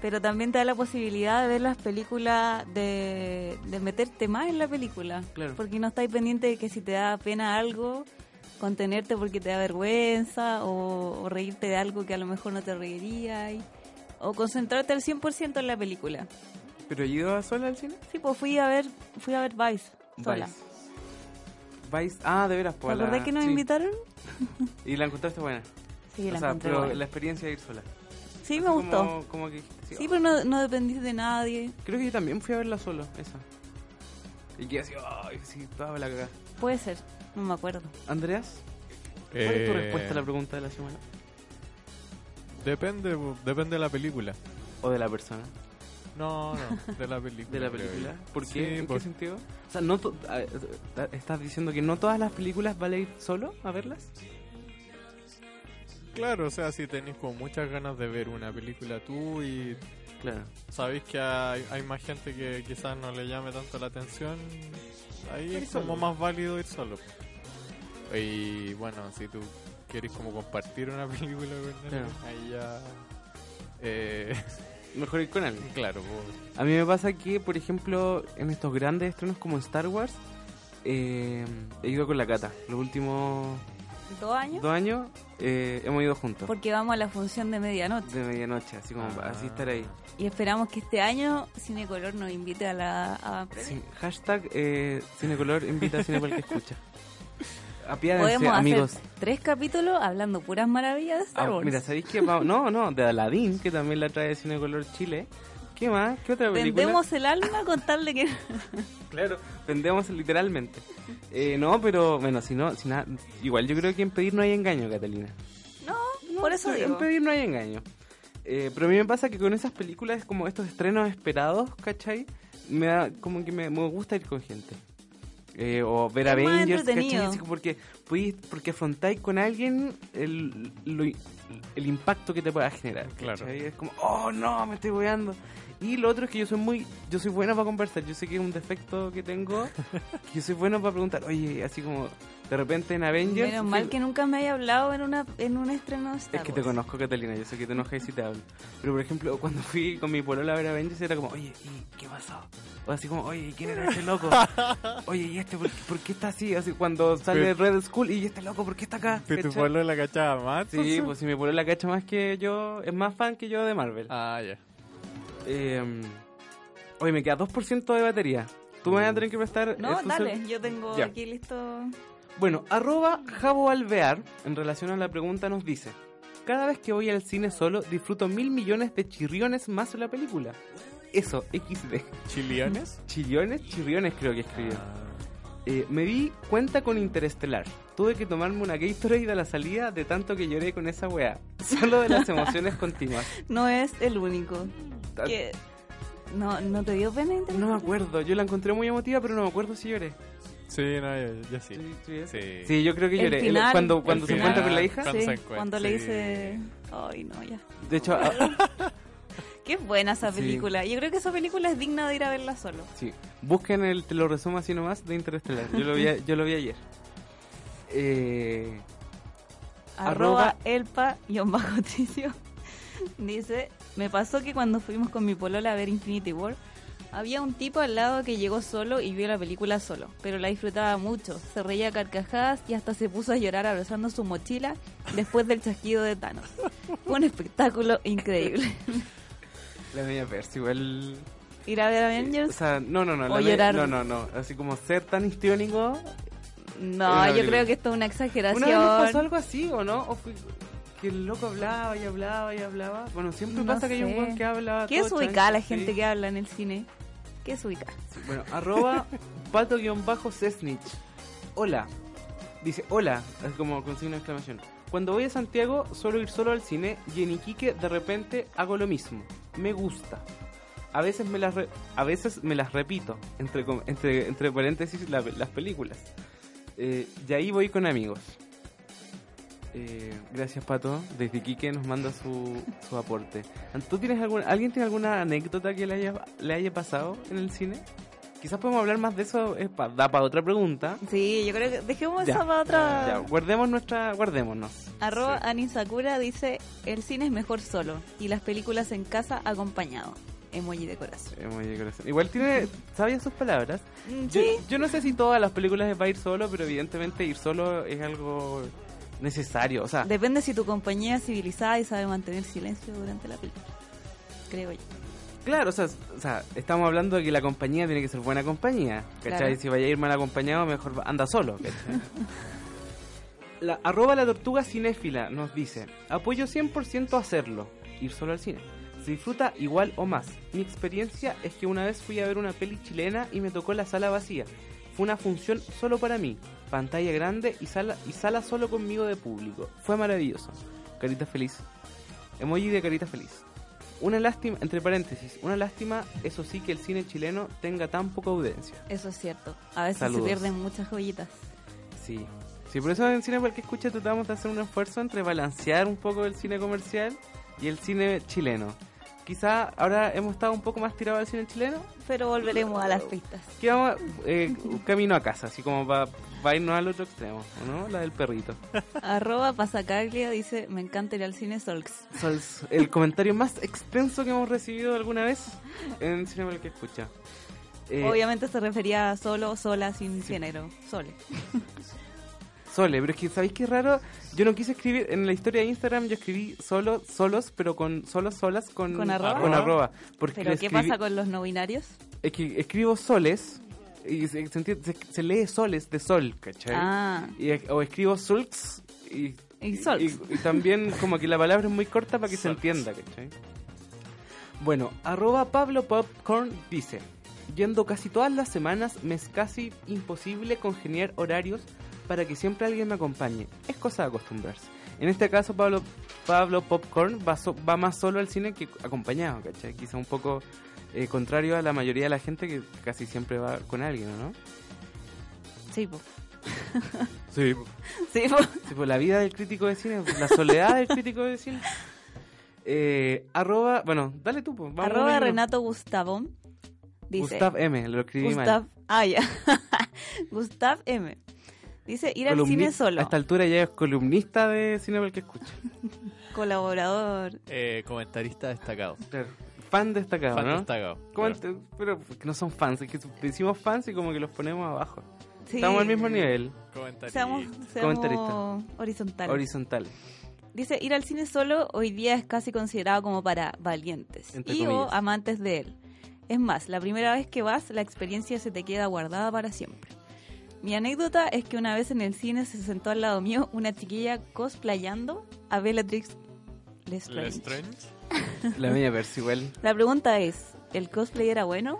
Speaker 3: pero también te da la posibilidad de ver las películas, de, de meterte más en la película,
Speaker 16: Claro.
Speaker 3: porque no estáis pendiente de que si te da pena algo, contenerte porque te da vergüenza o, o reírte de algo que a lo mejor no te reirías, y- o concentrarte al 100% en la película.
Speaker 2: ¿Pero ibas sola al cine?
Speaker 3: Sí, pues fui a ver, fui a ver Vice sola.
Speaker 2: Vice. Vice- ah, de veras,
Speaker 3: ¿Te
Speaker 2: por la-
Speaker 3: acordás que nos
Speaker 2: sí.
Speaker 3: invitaron?
Speaker 2: ¿Y la encontraste buena?
Speaker 3: Sí, la
Speaker 2: o sea,
Speaker 3: encontré
Speaker 2: pero
Speaker 3: buena.
Speaker 2: la experiencia de ir sola.
Speaker 3: Sí,
Speaker 2: Así
Speaker 3: me
Speaker 2: como-
Speaker 3: gustó.
Speaker 2: como que dijiste, sí, oh,
Speaker 3: Sí, pero no, no dependís de nadie.
Speaker 2: Creo que yo también fui a verla solo, esa. Y que así, ay, sí, toda la cagada.
Speaker 3: Puede ser, no me acuerdo.
Speaker 2: Andreas, ¿cuál es tu
Speaker 4: Eh,
Speaker 2: respuesta a la pregunta de la semana?
Speaker 4: Depende, bu- depende de la película.
Speaker 2: ¿O de la persona?
Speaker 4: No, no, de la película.
Speaker 2: ¿De la
Speaker 4: creo
Speaker 2: película?
Speaker 4: yo.
Speaker 2: ¿Por qué?
Speaker 4: Sí,
Speaker 2: ¿En
Speaker 4: por-
Speaker 2: qué sentido? O sea, no to- a- a- ¿estás diciendo que no todas las películas vale ir solo a verlas?
Speaker 4: Claro, o sea, si tenéis como muchas ganas de ver una película tú y...
Speaker 2: Claro.
Speaker 4: Sabéis que hay, hay más gente que quizás no le llame tanto la atención. Ahí
Speaker 2: Ir
Speaker 4: es como
Speaker 2: solo.
Speaker 4: más válido ir solo. Y bueno, si tú quieres como compartir una película con
Speaker 2: Claro.
Speaker 4: alguien, ahí ya... eh,
Speaker 2: Mejor ir con alguien.
Speaker 4: Claro, pues,
Speaker 2: A mí me pasa que, por ejemplo, en estos grandes estrenos como Star Wars, eh, he ido con la cata. Los últimos
Speaker 3: ¿Dos años?
Speaker 2: dos años eh, hemos ido juntos.
Speaker 3: Porque vamos a la función de medianoche.
Speaker 2: De medianoche, así como
Speaker 4: Ah.
Speaker 2: así estar ahí.
Speaker 3: Y esperamos que este año Cinecolor nos invite a la... A...
Speaker 2: Sí, hashtag eh, Cinecolor invita a Cine para el que escucha. Apiádense,
Speaker 3: Podemos
Speaker 2: amigos.
Speaker 3: hacer tres capítulos hablando puras maravillas de Star
Speaker 2: Ah,
Speaker 3: Wars.
Speaker 2: mira, ¿sabéis qué? Vamos- No, no, de Aladdin, que también la trae Cinecolor Chile. ¿Qué más? ¿Qué otra película?
Speaker 3: Vendemos el alma con tal de que...
Speaker 2: Claro, vendemos literalmente. Eh, no, pero bueno, si no, si na- igual yo creo que en pedir no hay engaño, Catalina.
Speaker 3: No, por eso
Speaker 2: En
Speaker 3: digo.
Speaker 2: pedir no hay engaño. Eh, pero a mí me pasa que con esas películas, como estos estrenos esperados, ¿cachai? Me da, como que me, me gusta ir con gente. Eh, o ver
Speaker 3: Es más
Speaker 2: Avengers, ¿cachai?
Speaker 3: entretenido.
Speaker 2: Así como Porque, podéis- porque afrontáis con alguien el, lo- el impacto que te pueda generar.
Speaker 4: Claro.
Speaker 2: ¿cachai? Es como, oh no, me estoy weando. Y lo otro es que yo soy muy, yo soy bueno para conversar. Yo sé que es un defecto que tengo. que yo soy bueno para preguntar. Oye, así como de repente en Avengers.
Speaker 3: Menos mal que nunca me haya hablado en una en un estreno de Star
Speaker 2: Es que te
Speaker 3: Wars.
Speaker 2: conozco, Catalina, yo sé que te enojas y te hablo. Pero, por ejemplo, cuando fui con mi polola a ver Avengers, era como, oye, ¿y qué pasó? O así como, oye, ¿y quién era este loco? Oye, ¿y este por qué, por qué está así? Así cuando sale
Speaker 4: Pero-
Speaker 2: Red Skull, ¿y este loco por qué está acá?
Speaker 4: ¿Pero tu
Speaker 2: ¿Cachai?
Speaker 4: polola cachaba más?
Speaker 2: Sí,
Speaker 4: entonces?
Speaker 2: pues si mi polola cacha más que yo, es más fan que yo de Marvel. Em,
Speaker 4: Ah, ya.
Speaker 2: oye, me queda 2% de batería. Tú me vas
Speaker 4: Mm.
Speaker 2: a tener que prestar... eh,
Speaker 3: No,
Speaker 2: tu cel-
Speaker 3: dale, yo tengo
Speaker 2: Ya.
Speaker 3: aquí listo.
Speaker 2: bueno, arroba Jabo Alvear, en relación a la pregunta, nos dice: Cada vez que voy al cine solo, disfruto mil millones de chirriones más la película. Eso, XD.
Speaker 4: ¿Chiliones?
Speaker 2: Chillones, chirriones creo que escribió. Eh, me di cuenta con Interestelar. Tuve que tomarme una Gatorade a la salida de tanto que lloré con esa weá. Solo de las emociones continuas.
Speaker 3: No es el único. Que- No, no te dio pena
Speaker 2: No me acuerdo, yo la encontré muy emotiva, pero no me acuerdo si lloré.
Speaker 4: Sí, no, yo, yo sí.
Speaker 2: Sí,
Speaker 4: sí.
Speaker 2: Sí, yo creo que
Speaker 3: El
Speaker 2: lloré. El-
Speaker 3: final,
Speaker 2: eh, cuando
Speaker 3: el
Speaker 2: cuando se
Speaker 3: final.
Speaker 2: encuentra con la hija.
Speaker 3: Sí, cuando le dice. Ay, no, ya.
Speaker 2: De hecho, a-
Speaker 3: Qué buena esa
Speaker 2: Sí.
Speaker 3: película. Yo creo que esa película es digna de ir a verla solo.
Speaker 2: Sí. Busquen el te lo resumo así nomás de Interestelar. Yo lo vi, a- yo lo vi ayer. Eh,
Speaker 3: Arroba elpa y bajo tricio. Dice, me pasó que cuando fuimos con mi polola a ver Infinity War, había un tipo al lado que llegó solo y vio la película solo, pero la disfrutaba mucho, se reía a carcajadas y hasta se puso a llorar abrazando su mochila después del chasquido de Thanos. Fue un espectáculo increíble.
Speaker 2: la media Percy, igual.
Speaker 3: Ir a ver
Speaker 2: O
Speaker 3: Avengers.
Speaker 2: sea, no, no, no.
Speaker 3: O
Speaker 2: la media-
Speaker 3: llorar.
Speaker 2: No, no, no. Así como ser tan histriónico.
Speaker 3: No,
Speaker 2: Era
Speaker 3: yo
Speaker 2: horrible.
Speaker 3: creo que esto es una exageración.
Speaker 2: Una vez nos pasó algo así, ¿o no? O fue- que el loco hablaba y hablaba y hablaba. Bueno, siempre
Speaker 3: No
Speaker 2: pasa que hay un
Speaker 3: sé.
Speaker 2: buen que habla.
Speaker 3: ¿Qué
Speaker 2: todo
Speaker 3: es ubicada la
Speaker 2: chancho,
Speaker 3: gente
Speaker 2: sí.
Speaker 3: que habla en el cine? ¿Qué es ubicada?
Speaker 2: Bueno, arroba pato-cesnich. Hola. Dice, hola, es como con signo de exclamación. Cuando voy a Santiago suelo ir solo al cine y en Iquique de repente hago lo mismo. Me gusta. A veces me las, re- a veces me las repito, entre, com- entre, entre paréntesis, la- las películas. Eh, y ahí voy con amigos. Eh, gracias, Pato. Desde Iquique nos manda su, su aporte. ¿Tú tienes alguna, ¿Alguien tiene alguna anécdota que le haya, le haya pasado en el cine? Quizás podemos hablar más de eso, es pa- da para otra pregunta.
Speaker 3: Sí, yo creo que dejemos
Speaker 2: Ya,
Speaker 3: eso para otra.
Speaker 2: ya, guardemos nuestra, guardémonos.
Speaker 3: Arroba Anisakura dice, el cine es mejor solo y las películas en casa acompañado. Emoji de corazón.
Speaker 2: Emoji de corazón. Igual tiene, sabía sus palabras.
Speaker 3: Mm,
Speaker 2: Yo,
Speaker 3: sí.
Speaker 2: yo no sé si todas las películas es para ir solo, pero evidentemente ir solo es algo necesario. O sea,
Speaker 3: Depende si tu compañía es civilizada y sabe mantener silencio durante la película. Creo yo.
Speaker 2: Claro, o sea, s- o sea, estamos hablando de que la compañía tiene que ser buena compañía. ¿Cachai?
Speaker 3: Claro.
Speaker 2: Si vaya a ir mal acompañado, mejor va- anda solo. ¿cachai? la, arroba la tortuga cinéfila nos dice: Apoyo 100% hacerlo, ir solo al cine. Se disfruta igual o más. Mi experiencia es que una vez fui a ver una peli chilena y me tocó la sala vacía. Fue una función solo para mí, pantalla grande y sala, y sala solo conmigo de público. Fue maravilloso. Carita feliz. Emoji de carita feliz. Una lástima, entre paréntesis, una lástima, eso sí, que el cine chileno tenga tan poca audiencia.
Speaker 3: Eso es cierto. A veces
Speaker 2: Saludos.
Speaker 3: se pierden muchas joyitas.
Speaker 2: Sí. Sí, por eso en Cine para el que escucha tratamos de hacer un esfuerzo entre balancear un poco el cine comercial y el cine chileno. Quizá ahora hemos estado un poco más tirados al cine chileno,
Speaker 3: Pero volveremos a las pistas.
Speaker 2: que vamos eh, camino a casa, así como va a irnos al otro extremo, ¿o ¿no? La del perrito.
Speaker 3: Arroba Pasacaglia dice, me encanta ir al cine Solx.
Speaker 2: Sols- el comentario más extenso que hemos recibido alguna vez en Cine para el que escucha. Eh,
Speaker 3: Obviamente se refería a solo, sola, sin género. Sole.
Speaker 2: Sole, pero es que ¿sabéis qué raro? Yo no quise escribir, en la historia de Instagram yo escribí solo, solos, pero con solos, solas, con,
Speaker 3: ¿Con arroba?
Speaker 2: arroba, porque
Speaker 3: ¿Pero
Speaker 2: lo
Speaker 3: qué
Speaker 2: escribí-
Speaker 3: pasa con los no binarios?
Speaker 2: Es que escribo soles y se, se entiende- se- se lee soles de sol, ¿cachai?
Speaker 3: Ah.
Speaker 2: Y es- o escribo sulks y,
Speaker 3: Y solks.
Speaker 2: y- y también como que la palabra es muy corta para que se entienda, ¿cachai? Bueno, arroba Pablo Popcorn dice, yendo casi todas las semanas me es casi imposible congeniar horarios para que siempre alguien me acompañe. Es cosa de acostumbrarse. En este caso Pablo, Pablo Popcorn va, so- va más solo al cine que acompañado, ¿cachai? Quizá un poco eh, contrario a la mayoría de la gente que casi siempre va con alguien, ¿o ¿no?
Speaker 3: Sí, po.
Speaker 2: Sí.
Speaker 3: Sí, po.
Speaker 2: pues, Sí, pues la vida del crítico de cine, la soledad del crítico de cine. Eh, arroba, bueno, dale tú. pues, vamos
Speaker 3: Arroba
Speaker 2: leyendo.
Speaker 3: Renato Gustavón. Dice,
Speaker 2: Gustav M, lo escribí
Speaker 3: Gustav,
Speaker 2: mal.
Speaker 3: ah, ya. Gustav M. Dice, ir al
Speaker 2: Columni-
Speaker 3: cine solo.
Speaker 2: A esta altura ya es columnista de Cine para el que escucha.
Speaker 3: Colaborador.
Speaker 4: Eh, comentarista destacado.
Speaker 2: Fan destacado,
Speaker 4: Fan
Speaker 2: ¿no?
Speaker 4: destacado,
Speaker 2: Coment- Pero que no son fans, es que decimos fans y como que los ponemos abajo.
Speaker 3: Sí.
Speaker 2: Estamos al mismo nivel.
Speaker 4: Comentarista.
Speaker 3: Seamos, seamos
Speaker 2: Comentarista.
Speaker 3: horizontales.
Speaker 2: Horizontal.
Speaker 3: Dice, ir al cine solo hoy día es casi considerado como para valientes
Speaker 2: Entre
Speaker 3: y o
Speaker 2: comillas.
Speaker 3: amantes de él. Es más, la primera vez que vas, la experiencia se te queda guardada para siempre. Mi anécdota es que una vez en el cine se sentó al lado mío una chiquilla cosplayando a Bellatrix Lestrange.
Speaker 2: La media versa igual.
Speaker 3: La pregunta es, ¿el cosplay era bueno?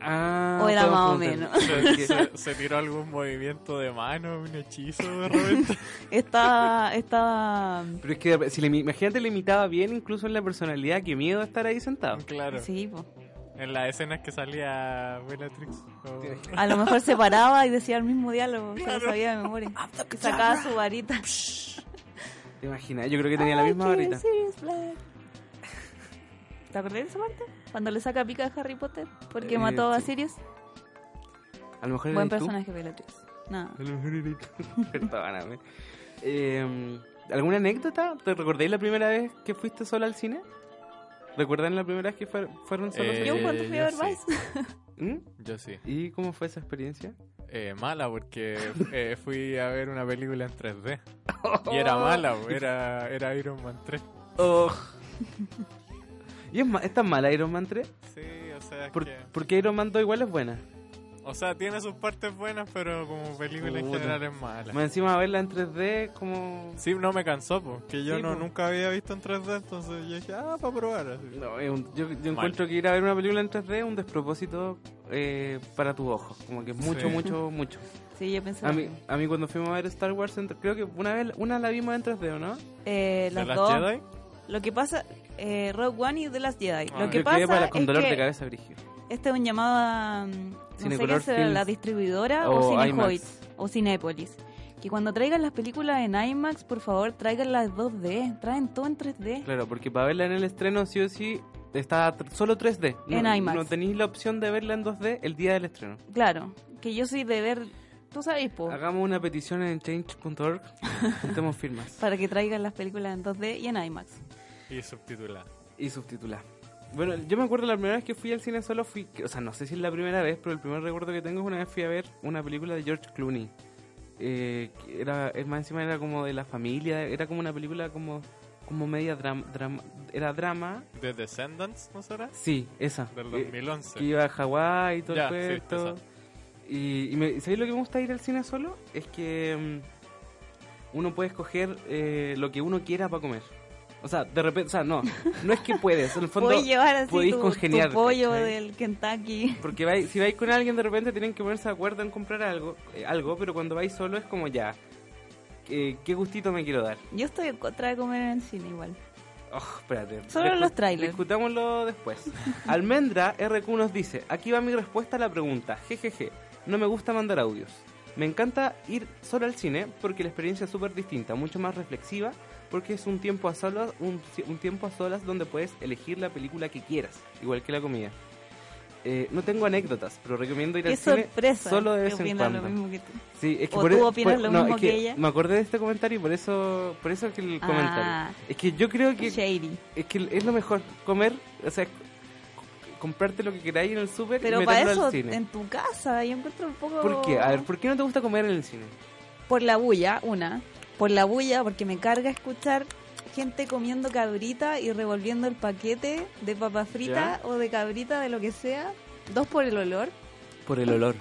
Speaker 2: Ah,
Speaker 3: o era más o
Speaker 2: podemos
Speaker 3: menos.
Speaker 2: preguntar.
Speaker 4: Se, se- se tiró algún movimiento de mano, un hechizo de repente.
Speaker 3: Estaba, estaba...
Speaker 2: Pero es que si le, imagínate le imitaba bien incluso en la personalidad, qué miedo estar ahí sentado.
Speaker 4: Claro.
Speaker 3: Sí, po.
Speaker 4: En las escenas que salía Bellatrix. o-
Speaker 3: A lo mejor se paraba y decía el mismo diálogo, se lo
Speaker 4: Claro.
Speaker 3: sabía de memoria. Y sacaba su varita.
Speaker 2: ¿Te imaginas? Yo creo que tenía la misma varita.
Speaker 3: ¿Te acordás de esa parte? Cuando le saca pica a Harry Potter porque
Speaker 2: Eh,
Speaker 3: mató a
Speaker 2: sí.
Speaker 3: Sirius.
Speaker 2: A lo mejor
Speaker 3: Buen
Speaker 2: eres tú.
Speaker 3: personaje, Bellatrix. No.
Speaker 2: A lo mejor eres tú. Perdóname. Eh, ¿Alguna anécdota? ¿Te recordáis la primera vez que fuiste sola al cine? ¿Recuerdan la primera vez que fuer- fueron solos?
Speaker 4: Eh,
Speaker 2: al
Speaker 4: Yo cuando
Speaker 2: cine?
Speaker 4: fui a ver yo Vice.
Speaker 2: ¿Mm?
Speaker 4: Yo sí.
Speaker 2: ¿Y cómo fue esa experiencia?
Speaker 4: Eh, mala porque eh, fui a ver una película en 3D. Y era mala, po, era, era Iron Man 3.
Speaker 2: Oh. ¿Y es, ma- es tan mala Iron Man 3?
Speaker 4: Sí, o sea, es
Speaker 2: ¿Por,
Speaker 4: que-
Speaker 2: Porque Iron Man 2 igual es buena.
Speaker 4: o sea, tiene sus partes buenas, pero como película en
Speaker 2: Puta.
Speaker 4: general es mala.
Speaker 2: Más encima verla en 3D como...
Speaker 4: Sí, no me cansó, porque yo
Speaker 2: Sí,
Speaker 4: no,
Speaker 2: po.
Speaker 4: nunca había visto en 3D, entonces yo dije, ah, para probar. así.
Speaker 2: No, es un- yo, yo
Speaker 4: Mal.
Speaker 2: encuentro que ir a ver una película en 3D es un despropósito eh, para tu ojo. Como que es mucho,
Speaker 4: Sí.
Speaker 2: mucho, mucho.
Speaker 3: Sí, yo pensé.
Speaker 2: A mí, a mí cuando fuimos a ver Star Wars, en- creo que una vez una la vimos en 3D, ¿o no? ¿De
Speaker 3: Eh, las
Speaker 2: las
Speaker 3: dos.
Speaker 2: Jedi?
Speaker 3: Lo que pasa, eh, Rogue One y The Last Jedi.
Speaker 2: Ah,
Speaker 3: Lo que
Speaker 2: yo
Speaker 3: pasa
Speaker 2: quedé para- con
Speaker 3: es
Speaker 2: dolor
Speaker 3: que
Speaker 2: de cabeza, Brígido.
Speaker 3: Este es un llamado a. mm, No sé
Speaker 2: Cinecolor
Speaker 3: qué será, la
Speaker 2: Films.
Speaker 3: distribuidora
Speaker 2: O
Speaker 3: o, Cinehoid
Speaker 2: IMAX.
Speaker 3: o Cinépolis. Que cuando traigan las películas en IMAX, por favor, traigan las 2D. Traen todo en 3D.
Speaker 2: Claro, porque para verla en el estreno, sí o sí, está tr- solo 3D. No,
Speaker 3: En IMAX.
Speaker 2: No tenéis la opción de verla en 2D el día del estreno.
Speaker 3: Claro, que yo soy de ver. Tú sabes, po.
Speaker 2: Hagamos una petición en change.org. Juntemos firmas.
Speaker 3: Para que traigan las películas en 2D y en IMAX.
Speaker 4: Y subtitulada.
Speaker 2: Y subtitular. Bueno, yo me acuerdo la primera vez que fui al cine solo fui, o sea, no sé si es la primera vez, pero el primer recuerdo que tengo es una vez fui a ver una película de George Clooney. Eh, que era, es más encima era como de la familia, era como una película como, como media drama, era drama,
Speaker 4: ¿De Descendants, no será?
Speaker 2: sí, esa.
Speaker 4: Del
Speaker 2: Eh,
Speaker 4: 2011.
Speaker 2: Que iba a Hawái y todo
Speaker 4: Ya,
Speaker 2: el
Speaker 4: sí,
Speaker 2: cuento. y, y me- ¿sabéis lo que me gusta ir al cine solo? Es que mm, uno puede escoger eh, lo que uno quiera para comer. O sea, de repente, o sea, no, no es que puedes, en el fondo
Speaker 3: Puedes llevar así
Speaker 2: podéis
Speaker 3: tu,
Speaker 2: congeniar.
Speaker 3: tu pollo
Speaker 2: ¿cachai?
Speaker 3: del Kentucky.
Speaker 2: Porque vais- si vais con alguien de repente tienen que ponerse de acuerdo en comprar algo, eh, algo pero cuando vais solo es como ya, eh, ¿qué gustito me quiero dar?
Speaker 3: Yo estoy en contra de comer en el cine igual.
Speaker 2: Oh, espérate.
Speaker 3: Solo
Speaker 2: Discu-
Speaker 3: los trailers.
Speaker 2: Discutámoslo después. Almendra RQ nos dice, aquí va mi respuesta a la pregunta. Jejeje, no me gusta mandar audios. Me encanta ir solo al cine porque la experiencia es súper distinta, mucho más reflexiva, porque es un tiempo a solas, un, un tiempo a solas donde puedes elegir la película que quieras, igual que la comida. Eh, no tengo anécdotas, pero recomiendo ir
Speaker 3: Qué
Speaker 2: al cine
Speaker 3: sorpresa.
Speaker 2: solo de
Speaker 3: que
Speaker 2: vez en
Speaker 3: opinas
Speaker 2: cuando.
Speaker 3: lo mismo que tú.
Speaker 2: Sí, es que
Speaker 3: o
Speaker 2: por
Speaker 3: tú
Speaker 2: e-
Speaker 3: opinas
Speaker 2: por-
Speaker 3: lo
Speaker 2: no,
Speaker 3: mismo
Speaker 2: es
Speaker 3: que,
Speaker 2: que
Speaker 3: ella.
Speaker 2: Me acordé de este comentario y por eso, por eso que el
Speaker 3: Ah.
Speaker 2: comentario. Es que yo creo que
Speaker 3: Shady.
Speaker 2: es que es lo mejor comer, o sea, c- comprarte lo que queráis en el súper y
Speaker 3: Pero
Speaker 2: meterlo
Speaker 3: para
Speaker 2: al
Speaker 3: eso,
Speaker 2: cine.
Speaker 3: en tu casa, yo encuentro un poco...
Speaker 2: ¿Por qué? A ver, ¿por qué no te gusta comer en el cine?
Speaker 3: Por la bulla, una. Por la bulla, porque me carga escuchar gente comiendo cabrita y revolviendo el paquete de papa frita o de cabrita, de lo que sea. Dos, por el olor.
Speaker 2: Por el olor.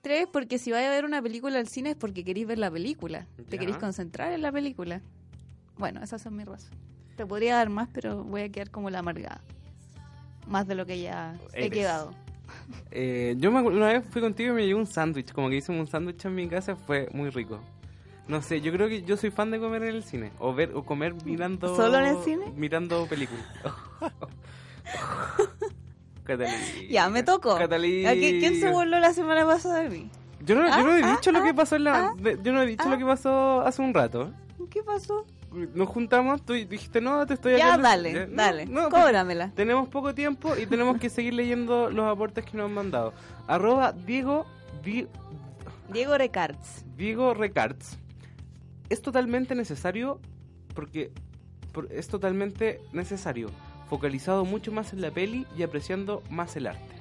Speaker 3: Tres, porque si vais a ver una película al cine es porque queréis ver la película. Te
Speaker 2: Ya.
Speaker 3: queréis concentrar en la película. Bueno, esas son mis razones. Te podría dar más, pero voy a quedar como la amargada. Más de lo que ya he
Speaker 2: Eres.
Speaker 3: quedado.
Speaker 2: Eh, yo me acu- una vez fui contigo y me llegó un sándwich, como que hicimos un sándwich en mi casa, fue muy rico. No sé, yo creo que yo soy fan de comer en el cine o ver o comer mirando
Speaker 3: ¿Solo en el cine?
Speaker 2: Mirando películas. Catalina.
Speaker 3: Ya, me tocó.
Speaker 2: Catalina.
Speaker 3: ¿A qui- ¿Quién se Ah, voló la semana pasada de mí? ah,
Speaker 2: Yo no, yo no he dicho lo que pasó en la, de- yo no he dicho lo que pasó hace un rato.
Speaker 3: ¿Qué pasó?
Speaker 2: nos juntamos, tú dijiste, no, te estoy
Speaker 3: Ya,
Speaker 2: hablando".
Speaker 3: dale,
Speaker 2: Ya, no,
Speaker 3: dale,
Speaker 2: no, pues,
Speaker 3: cóbramela.
Speaker 2: tenemos poco tiempo y tenemos que seguir leyendo los aportes que nos han mandado. Arroba Diego, Di-
Speaker 3: Diego Recarts.
Speaker 2: Diego Recarts. Es totalmente necesario porque por- es totalmente necesario. Focalizado mucho más en la peli y apreciando más el arte.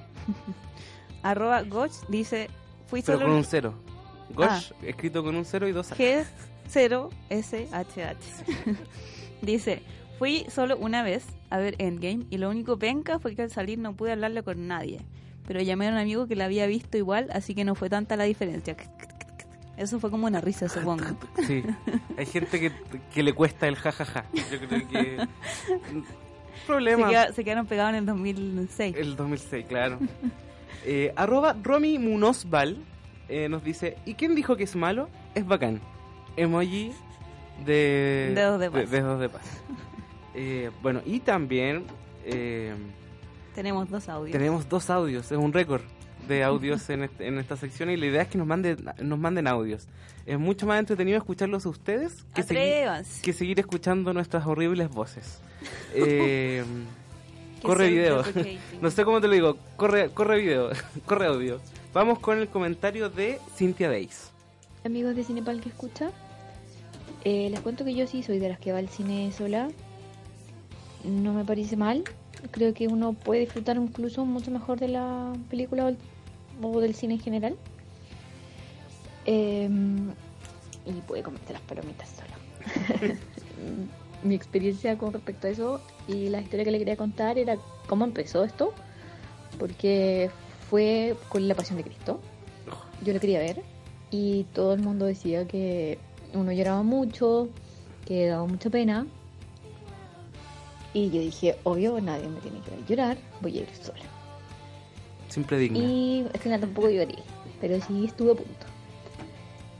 Speaker 3: Arroba Goch dice, fui
Speaker 2: Pero
Speaker 3: solo
Speaker 2: con
Speaker 3: un-
Speaker 2: un cero.
Speaker 3: Ah.
Speaker 2: Gosh, escrito con un cero y dos
Speaker 3: que es 0SHH. Dice, fui solo una vez a ver Endgame y lo único penca fue que al salir no pude hablarle con nadie. Pero llamé a un amigo que la había visto igual, así que no fue tanta la diferencia. Eso fue como una risa, supongo.
Speaker 2: Sí. Hay gente que, que le cuesta el jajaja. Yo creo que. Problema.
Speaker 3: Se, queda- se quedaron pegados en el 2006.
Speaker 2: El 2006, claro. Eh, arroba Romy Munozbal eh, nos dice: ¿Y quién dijo que es malo? Es bacán. Emoji de.
Speaker 3: Dedos de paz.
Speaker 2: dedos de paz. Eh, bueno, y también eh,
Speaker 3: Tenemos dos audios.
Speaker 2: tenemos dos audios, es un récord de audios en, este- en esta sección y la idea es que nos manden, nos manden audios. Es mucho más entretenido escucharlos a ustedes que, segui-
Speaker 3: Atrévanse.
Speaker 2: que seguir escuchando nuestras horribles voces. Eh, corre
Speaker 3: sound
Speaker 2: video.
Speaker 3: suffocating.
Speaker 2: no sé cómo te lo digo. Corre, corre video. corre audio. Vamos con el comentario de Cynthia Days.
Speaker 16: Amigos de Cinepal que escucha, eh, les cuento que yo sí soy de las que va al cine sola. No me parece mal. Creo que uno puede disfrutar incluso mucho mejor de la película o el- o del cine en general. Eh, y puede comerse las palomitas sola. Mi experiencia con respecto a eso y la historia que le quería contar era cómo empezó esto, porque fue con La Pasión de Cristo. Yo lo quería ver y todo el mundo decía que uno lloraba mucho, que daba mucha pena. Y yo dije, obvio, nadie me tiene que ver llorar, voy a ir sola.
Speaker 2: Siempre digna.
Speaker 16: Y al final tampoco lloré, pero sí estuve a punto.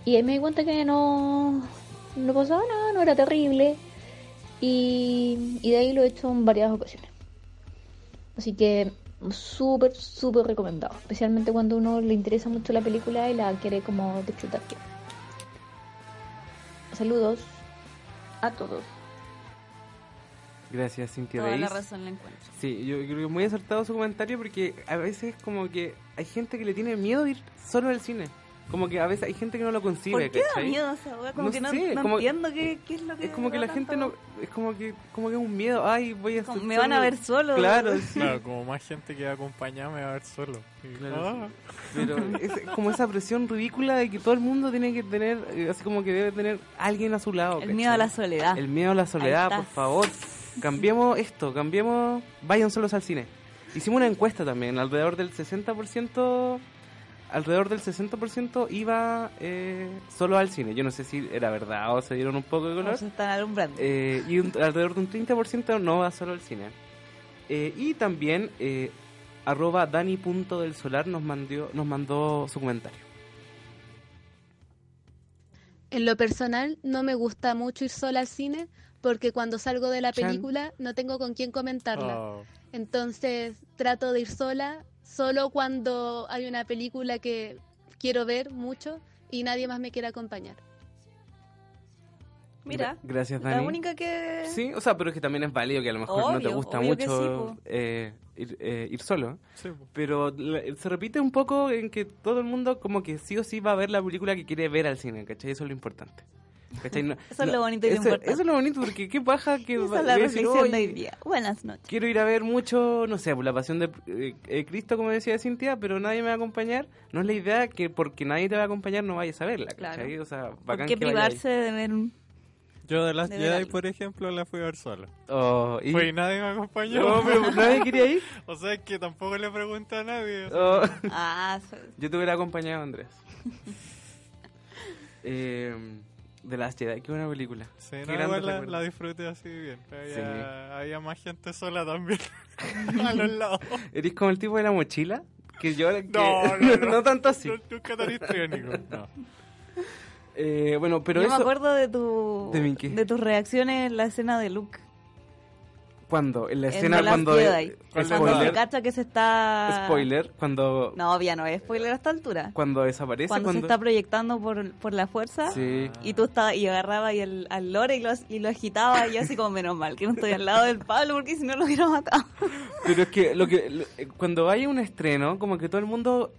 Speaker 16: Y ahí me di cuenta que no, no pasaba nada, no era terrible. Y, y de ahí lo he hecho en varias ocasiones. Así que súper, súper recomendado. Especialmente cuando a uno le interesa mucho la película y la quiere como disfrutar. Saludos a todos.
Speaker 2: Gracias, Cynthia
Speaker 3: Toda
Speaker 2: Days.
Speaker 3: la razón la encuentro.
Speaker 2: Sí, yo creo que muy acertado su comentario porque a veces como que hay gente que le tiene miedo ir solo al cine. Como que a veces hay gente que no lo concibe.
Speaker 3: ¿Por qué da
Speaker 2: ¿cachai?
Speaker 3: miedo esa weá? Como
Speaker 2: No
Speaker 3: que no,
Speaker 2: sé,
Speaker 3: no
Speaker 2: como-
Speaker 3: entiendo qué, qué es lo que...
Speaker 2: Es como que la gente no... Es como que, como que es un miedo. Ay, voy a...
Speaker 3: Como
Speaker 2: ser
Speaker 3: me van a ver solo.
Speaker 2: Claro, sí.
Speaker 4: Claro, como más gente que va acompañada me va a ver solo. Y-
Speaker 2: Claro,
Speaker 4: ¡ah!
Speaker 2: sí. Pero es como esa presión ridícula de que todo el mundo tiene que tener, eh, así como que debe tener alguien a su lado.
Speaker 3: El miedo a la soledad.
Speaker 2: El miedo a la soledad,
Speaker 3: Ah, está.
Speaker 2: por favor. Cambiemos esto, cambiemos. Vayan solos al cine. Hicimos una encuesta también, alrededor del 60%. Alrededor del 60% iba eh, solo al cine. Yo no sé si era verdad o se dieron un poco de color.
Speaker 3: No se están alumbrando.
Speaker 2: Eh, y un- alrededor de un 30% no va solo al cine. Eh, y también eh, arroba Dani Punto del Solar nos, mandió, nos mandó su comentario.
Speaker 17: En lo personal, no me gusta mucho ir sola al cine porque cuando salgo de la
Speaker 2: Chan.
Speaker 17: película no tengo con quién comentarla.
Speaker 2: Oh.
Speaker 17: Entonces trato de ir sola solo cuando hay una película que quiero ver mucho y nadie más me quiere acompañar.
Speaker 3: Mira,
Speaker 2: Gra- gracias,
Speaker 3: la
Speaker 2: Dani.
Speaker 3: única que...
Speaker 2: Sí, o sea, pero es que también es válido que a lo mejor no te
Speaker 3: Obvio,
Speaker 2: gusta
Speaker 3: obvio que
Speaker 2: mucho
Speaker 3: sí, po.
Speaker 2: eh, ir, eh, ir solo.
Speaker 4: Sí, po.
Speaker 2: pero la- se repite un poco en que todo el mundo como que sí o sí va a ver la película que quiere ver al cine, ¿cachai? Eso es lo importante. ¿cachai? No-
Speaker 3: Eso es
Speaker 2: no-
Speaker 3: lo bonito y lo
Speaker 2: eso,
Speaker 3: importante.
Speaker 2: Eso es lo bonito porque qué paja que...
Speaker 3: Esa
Speaker 2: va-
Speaker 3: es la
Speaker 2: voy a decir,
Speaker 3: reflexión de
Speaker 2: "Oye,
Speaker 3: hoy día. Buenas noches.
Speaker 2: quiero ir a ver mucho, no sé, pues, la pasión de eh, eh, Cristo, como decía Cintia, pero nadie me va a acompañar. No es la idea que porque nadie te va a acompañar no vayas a verla,
Speaker 3: Claro.
Speaker 2: ¿cachai? O sea,
Speaker 3: ¿Por
Speaker 2: bacán
Speaker 3: qué
Speaker 2: que vaya ahí.
Speaker 3: privarse de ver un...
Speaker 4: Yo de las
Speaker 3: De
Speaker 4: Jedi,
Speaker 3: verano.
Speaker 4: por ejemplo, la fui a ver solo.
Speaker 2: Oh, y-
Speaker 4: Fue y nadie me acompañó.
Speaker 2: No, pero nadie quería ir.
Speaker 4: O sea, es que tampoco le pregunté a nadie.
Speaker 2: Oh.
Speaker 3: Ah,
Speaker 2: Yo te hubiera acompañado, Andrés. Eh, The Last Jedi, qué buena película.
Speaker 4: Sí,
Speaker 2: Qué
Speaker 4: no,
Speaker 2: grandes
Speaker 4: igual la,
Speaker 2: recuerdos.
Speaker 4: la disfruté así bien. Había,
Speaker 2: Sí.
Speaker 4: había más gente sola también. a los lados.
Speaker 2: Eres como el tipo de la mochila que yo que-
Speaker 4: No, no, no.
Speaker 2: tanto así.
Speaker 4: No, nunca tan histriónico, no.
Speaker 2: Eh, bueno, pero
Speaker 3: Yo
Speaker 2: eso
Speaker 3: me acuerdo de tu...
Speaker 2: ¿De mí qué?
Speaker 3: tus reacciones en la escena de Luke.
Speaker 2: ¿Cuándo? En la
Speaker 3: En
Speaker 2: escena
Speaker 3: The Last
Speaker 2: cuando...
Speaker 3: Jedi. Cuando se
Speaker 2: spoiler,
Speaker 3: cacha que se está...
Speaker 2: spoiler, cuando,
Speaker 3: No, ya no es spoiler a esta altura.
Speaker 2: cuando desaparece.
Speaker 3: Cuando, se está proyectando por, por la fuerza
Speaker 2: Sí.
Speaker 3: y tú estabas y agarraba y el, al lore y lo, y lo agitaba y yo así como menos mal que no estoy al lado del Pablo porque si no lo hubiera matado.
Speaker 2: Pero es que, lo que lo- eh, cuando hay un estreno, como que todo el mundo...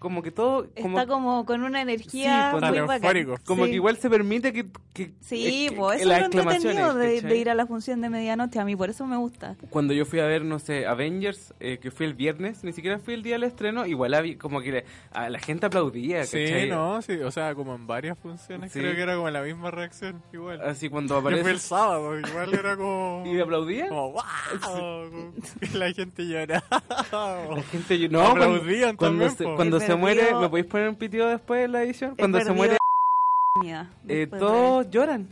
Speaker 2: Como que todo... Como,
Speaker 3: Está como con una energía
Speaker 2: como-
Speaker 3: muy bacán.
Speaker 2: Como
Speaker 3: Sí.
Speaker 2: que igual se permite que... que
Speaker 3: Sí,
Speaker 2: que-
Speaker 3: pues
Speaker 2: que
Speaker 3: eso
Speaker 2: las
Speaker 3: es lo entretenido
Speaker 2: exclamaciones,
Speaker 3: de,
Speaker 2: ¿cachai?
Speaker 3: de ir a la función de medianoche. A mí por eso me gusta.
Speaker 2: Cuando yo fui a ver, no sé, Avengers, eh, que fui el viernes, ni siquiera fui el día del estreno, igual había- como que a la gente aplaudía,
Speaker 4: Sí,
Speaker 2: ¿cachai?
Speaker 4: no, sí, o sea, como en varias funciones
Speaker 2: Sí. Ah,
Speaker 4: creo que era como la misma reacción, igual.
Speaker 2: Así cuando
Speaker 4: Yo fui
Speaker 2: aparece...
Speaker 4: el sábado, igual era como...
Speaker 2: ¿Y aplaudía?
Speaker 4: Como, ¡guau! Y la gente llora.
Speaker 2: La gente yo- no, cuando,
Speaker 4: aplaudían
Speaker 2: cuando
Speaker 4: también,
Speaker 2: se,
Speaker 4: po.
Speaker 2: cuando
Speaker 3: He
Speaker 2: se muere,
Speaker 3: perdido-
Speaker 2: ¿me podéis poner un pitido después en la edición? Cuando se
Speaker 3: perdido
Speaker 2: muere,
Speaker 3: Mía,
Speaker 2: eh,
Speaker 3: después de-
Speaker 2: todos lloran.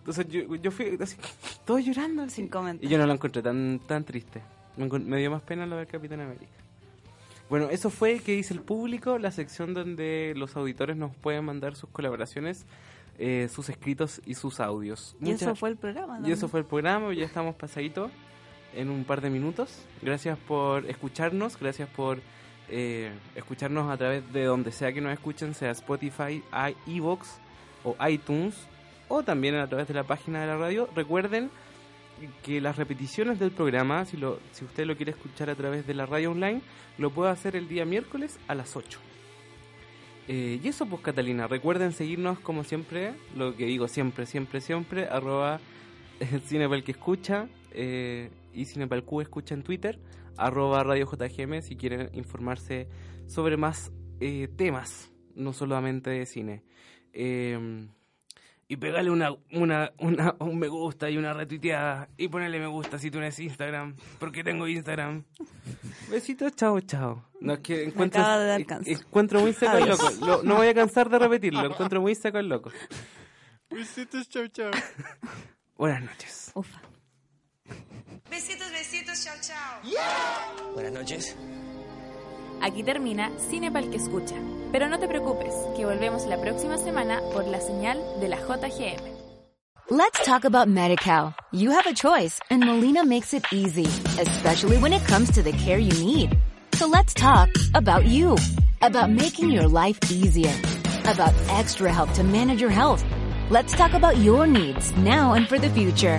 Speaker 2: Entonces yo, yo fui así, todos llorando. así.
Speaker 3: Sin comentar.
Speaker 2: Y yo no la encontré tan, tan triste. Me, encon- me dio más pena lo del Capitán América. Bueno, eso fue que dice el público, la sección donde los auditores nos pueden mandar sus colaboraciones, eh, sus escritos y sus audios.
Speaker 3: Y eso
Speaker 2: Muchas-
Speaker 3: fue el programa.
Speaker 2: y eso fue el programa, ya estamos pasadito en un par de minutos. Gracias por escucharnos, gracias por eh, escucharnos a través de donde sea que nos escuchen, sea Spotify, i- iVoox o iTunes, o también a través de la página de la radio. Recuerden que las repeticiones del programa, si, lo, si usted lo quiere escuchar a través de la radio online, lo puede hacer el día miércoles a las 8. Eh, y eso pues Catalina, recuerden seguirnos como siempre, lo que digo siempre, siempre, siempre, arroba eh, Cinepal que escucha eh, y Cinepal Q escucha en Twitter, arroba Radio JGM si quieren informarse sobre más eh, temas, no solamente de cine. Eh, y pegale una, una, una, un me gusta y una retuiteada y ponele me gusta si tú tienes Instagram, porque tengo Instagram. Besitos, chao, chao. No, es que encuentro,
Speaker 3: acaba de dar cáncer.
Speaker 2: encuentro muy saco el loco.
Speaker 3: Adiós.
Speaker 2: Lo- no voy a cansar de repetirlo, encuentro muy saco el loco.
Speaker 4: Besitos, chau, chau.
Speaker 2: Buenas noches.
Speaker 15: Besitos, besitos, chao, chao.
Speaker 11: Buenas noches.
Speaker 1: Aquí termina Cine Pal que escucha. Pero no te preocupes, que volvemos la próxima semana por la señal de la JGM.
Speaker 18: Let's talk about Medi-Cal. You have a choice and Molina makes it easy, especially when it comes to the care you need. So let's talk about you, about making your life easier, about extra help to manage your health. Let's talk about your needs now and for the future.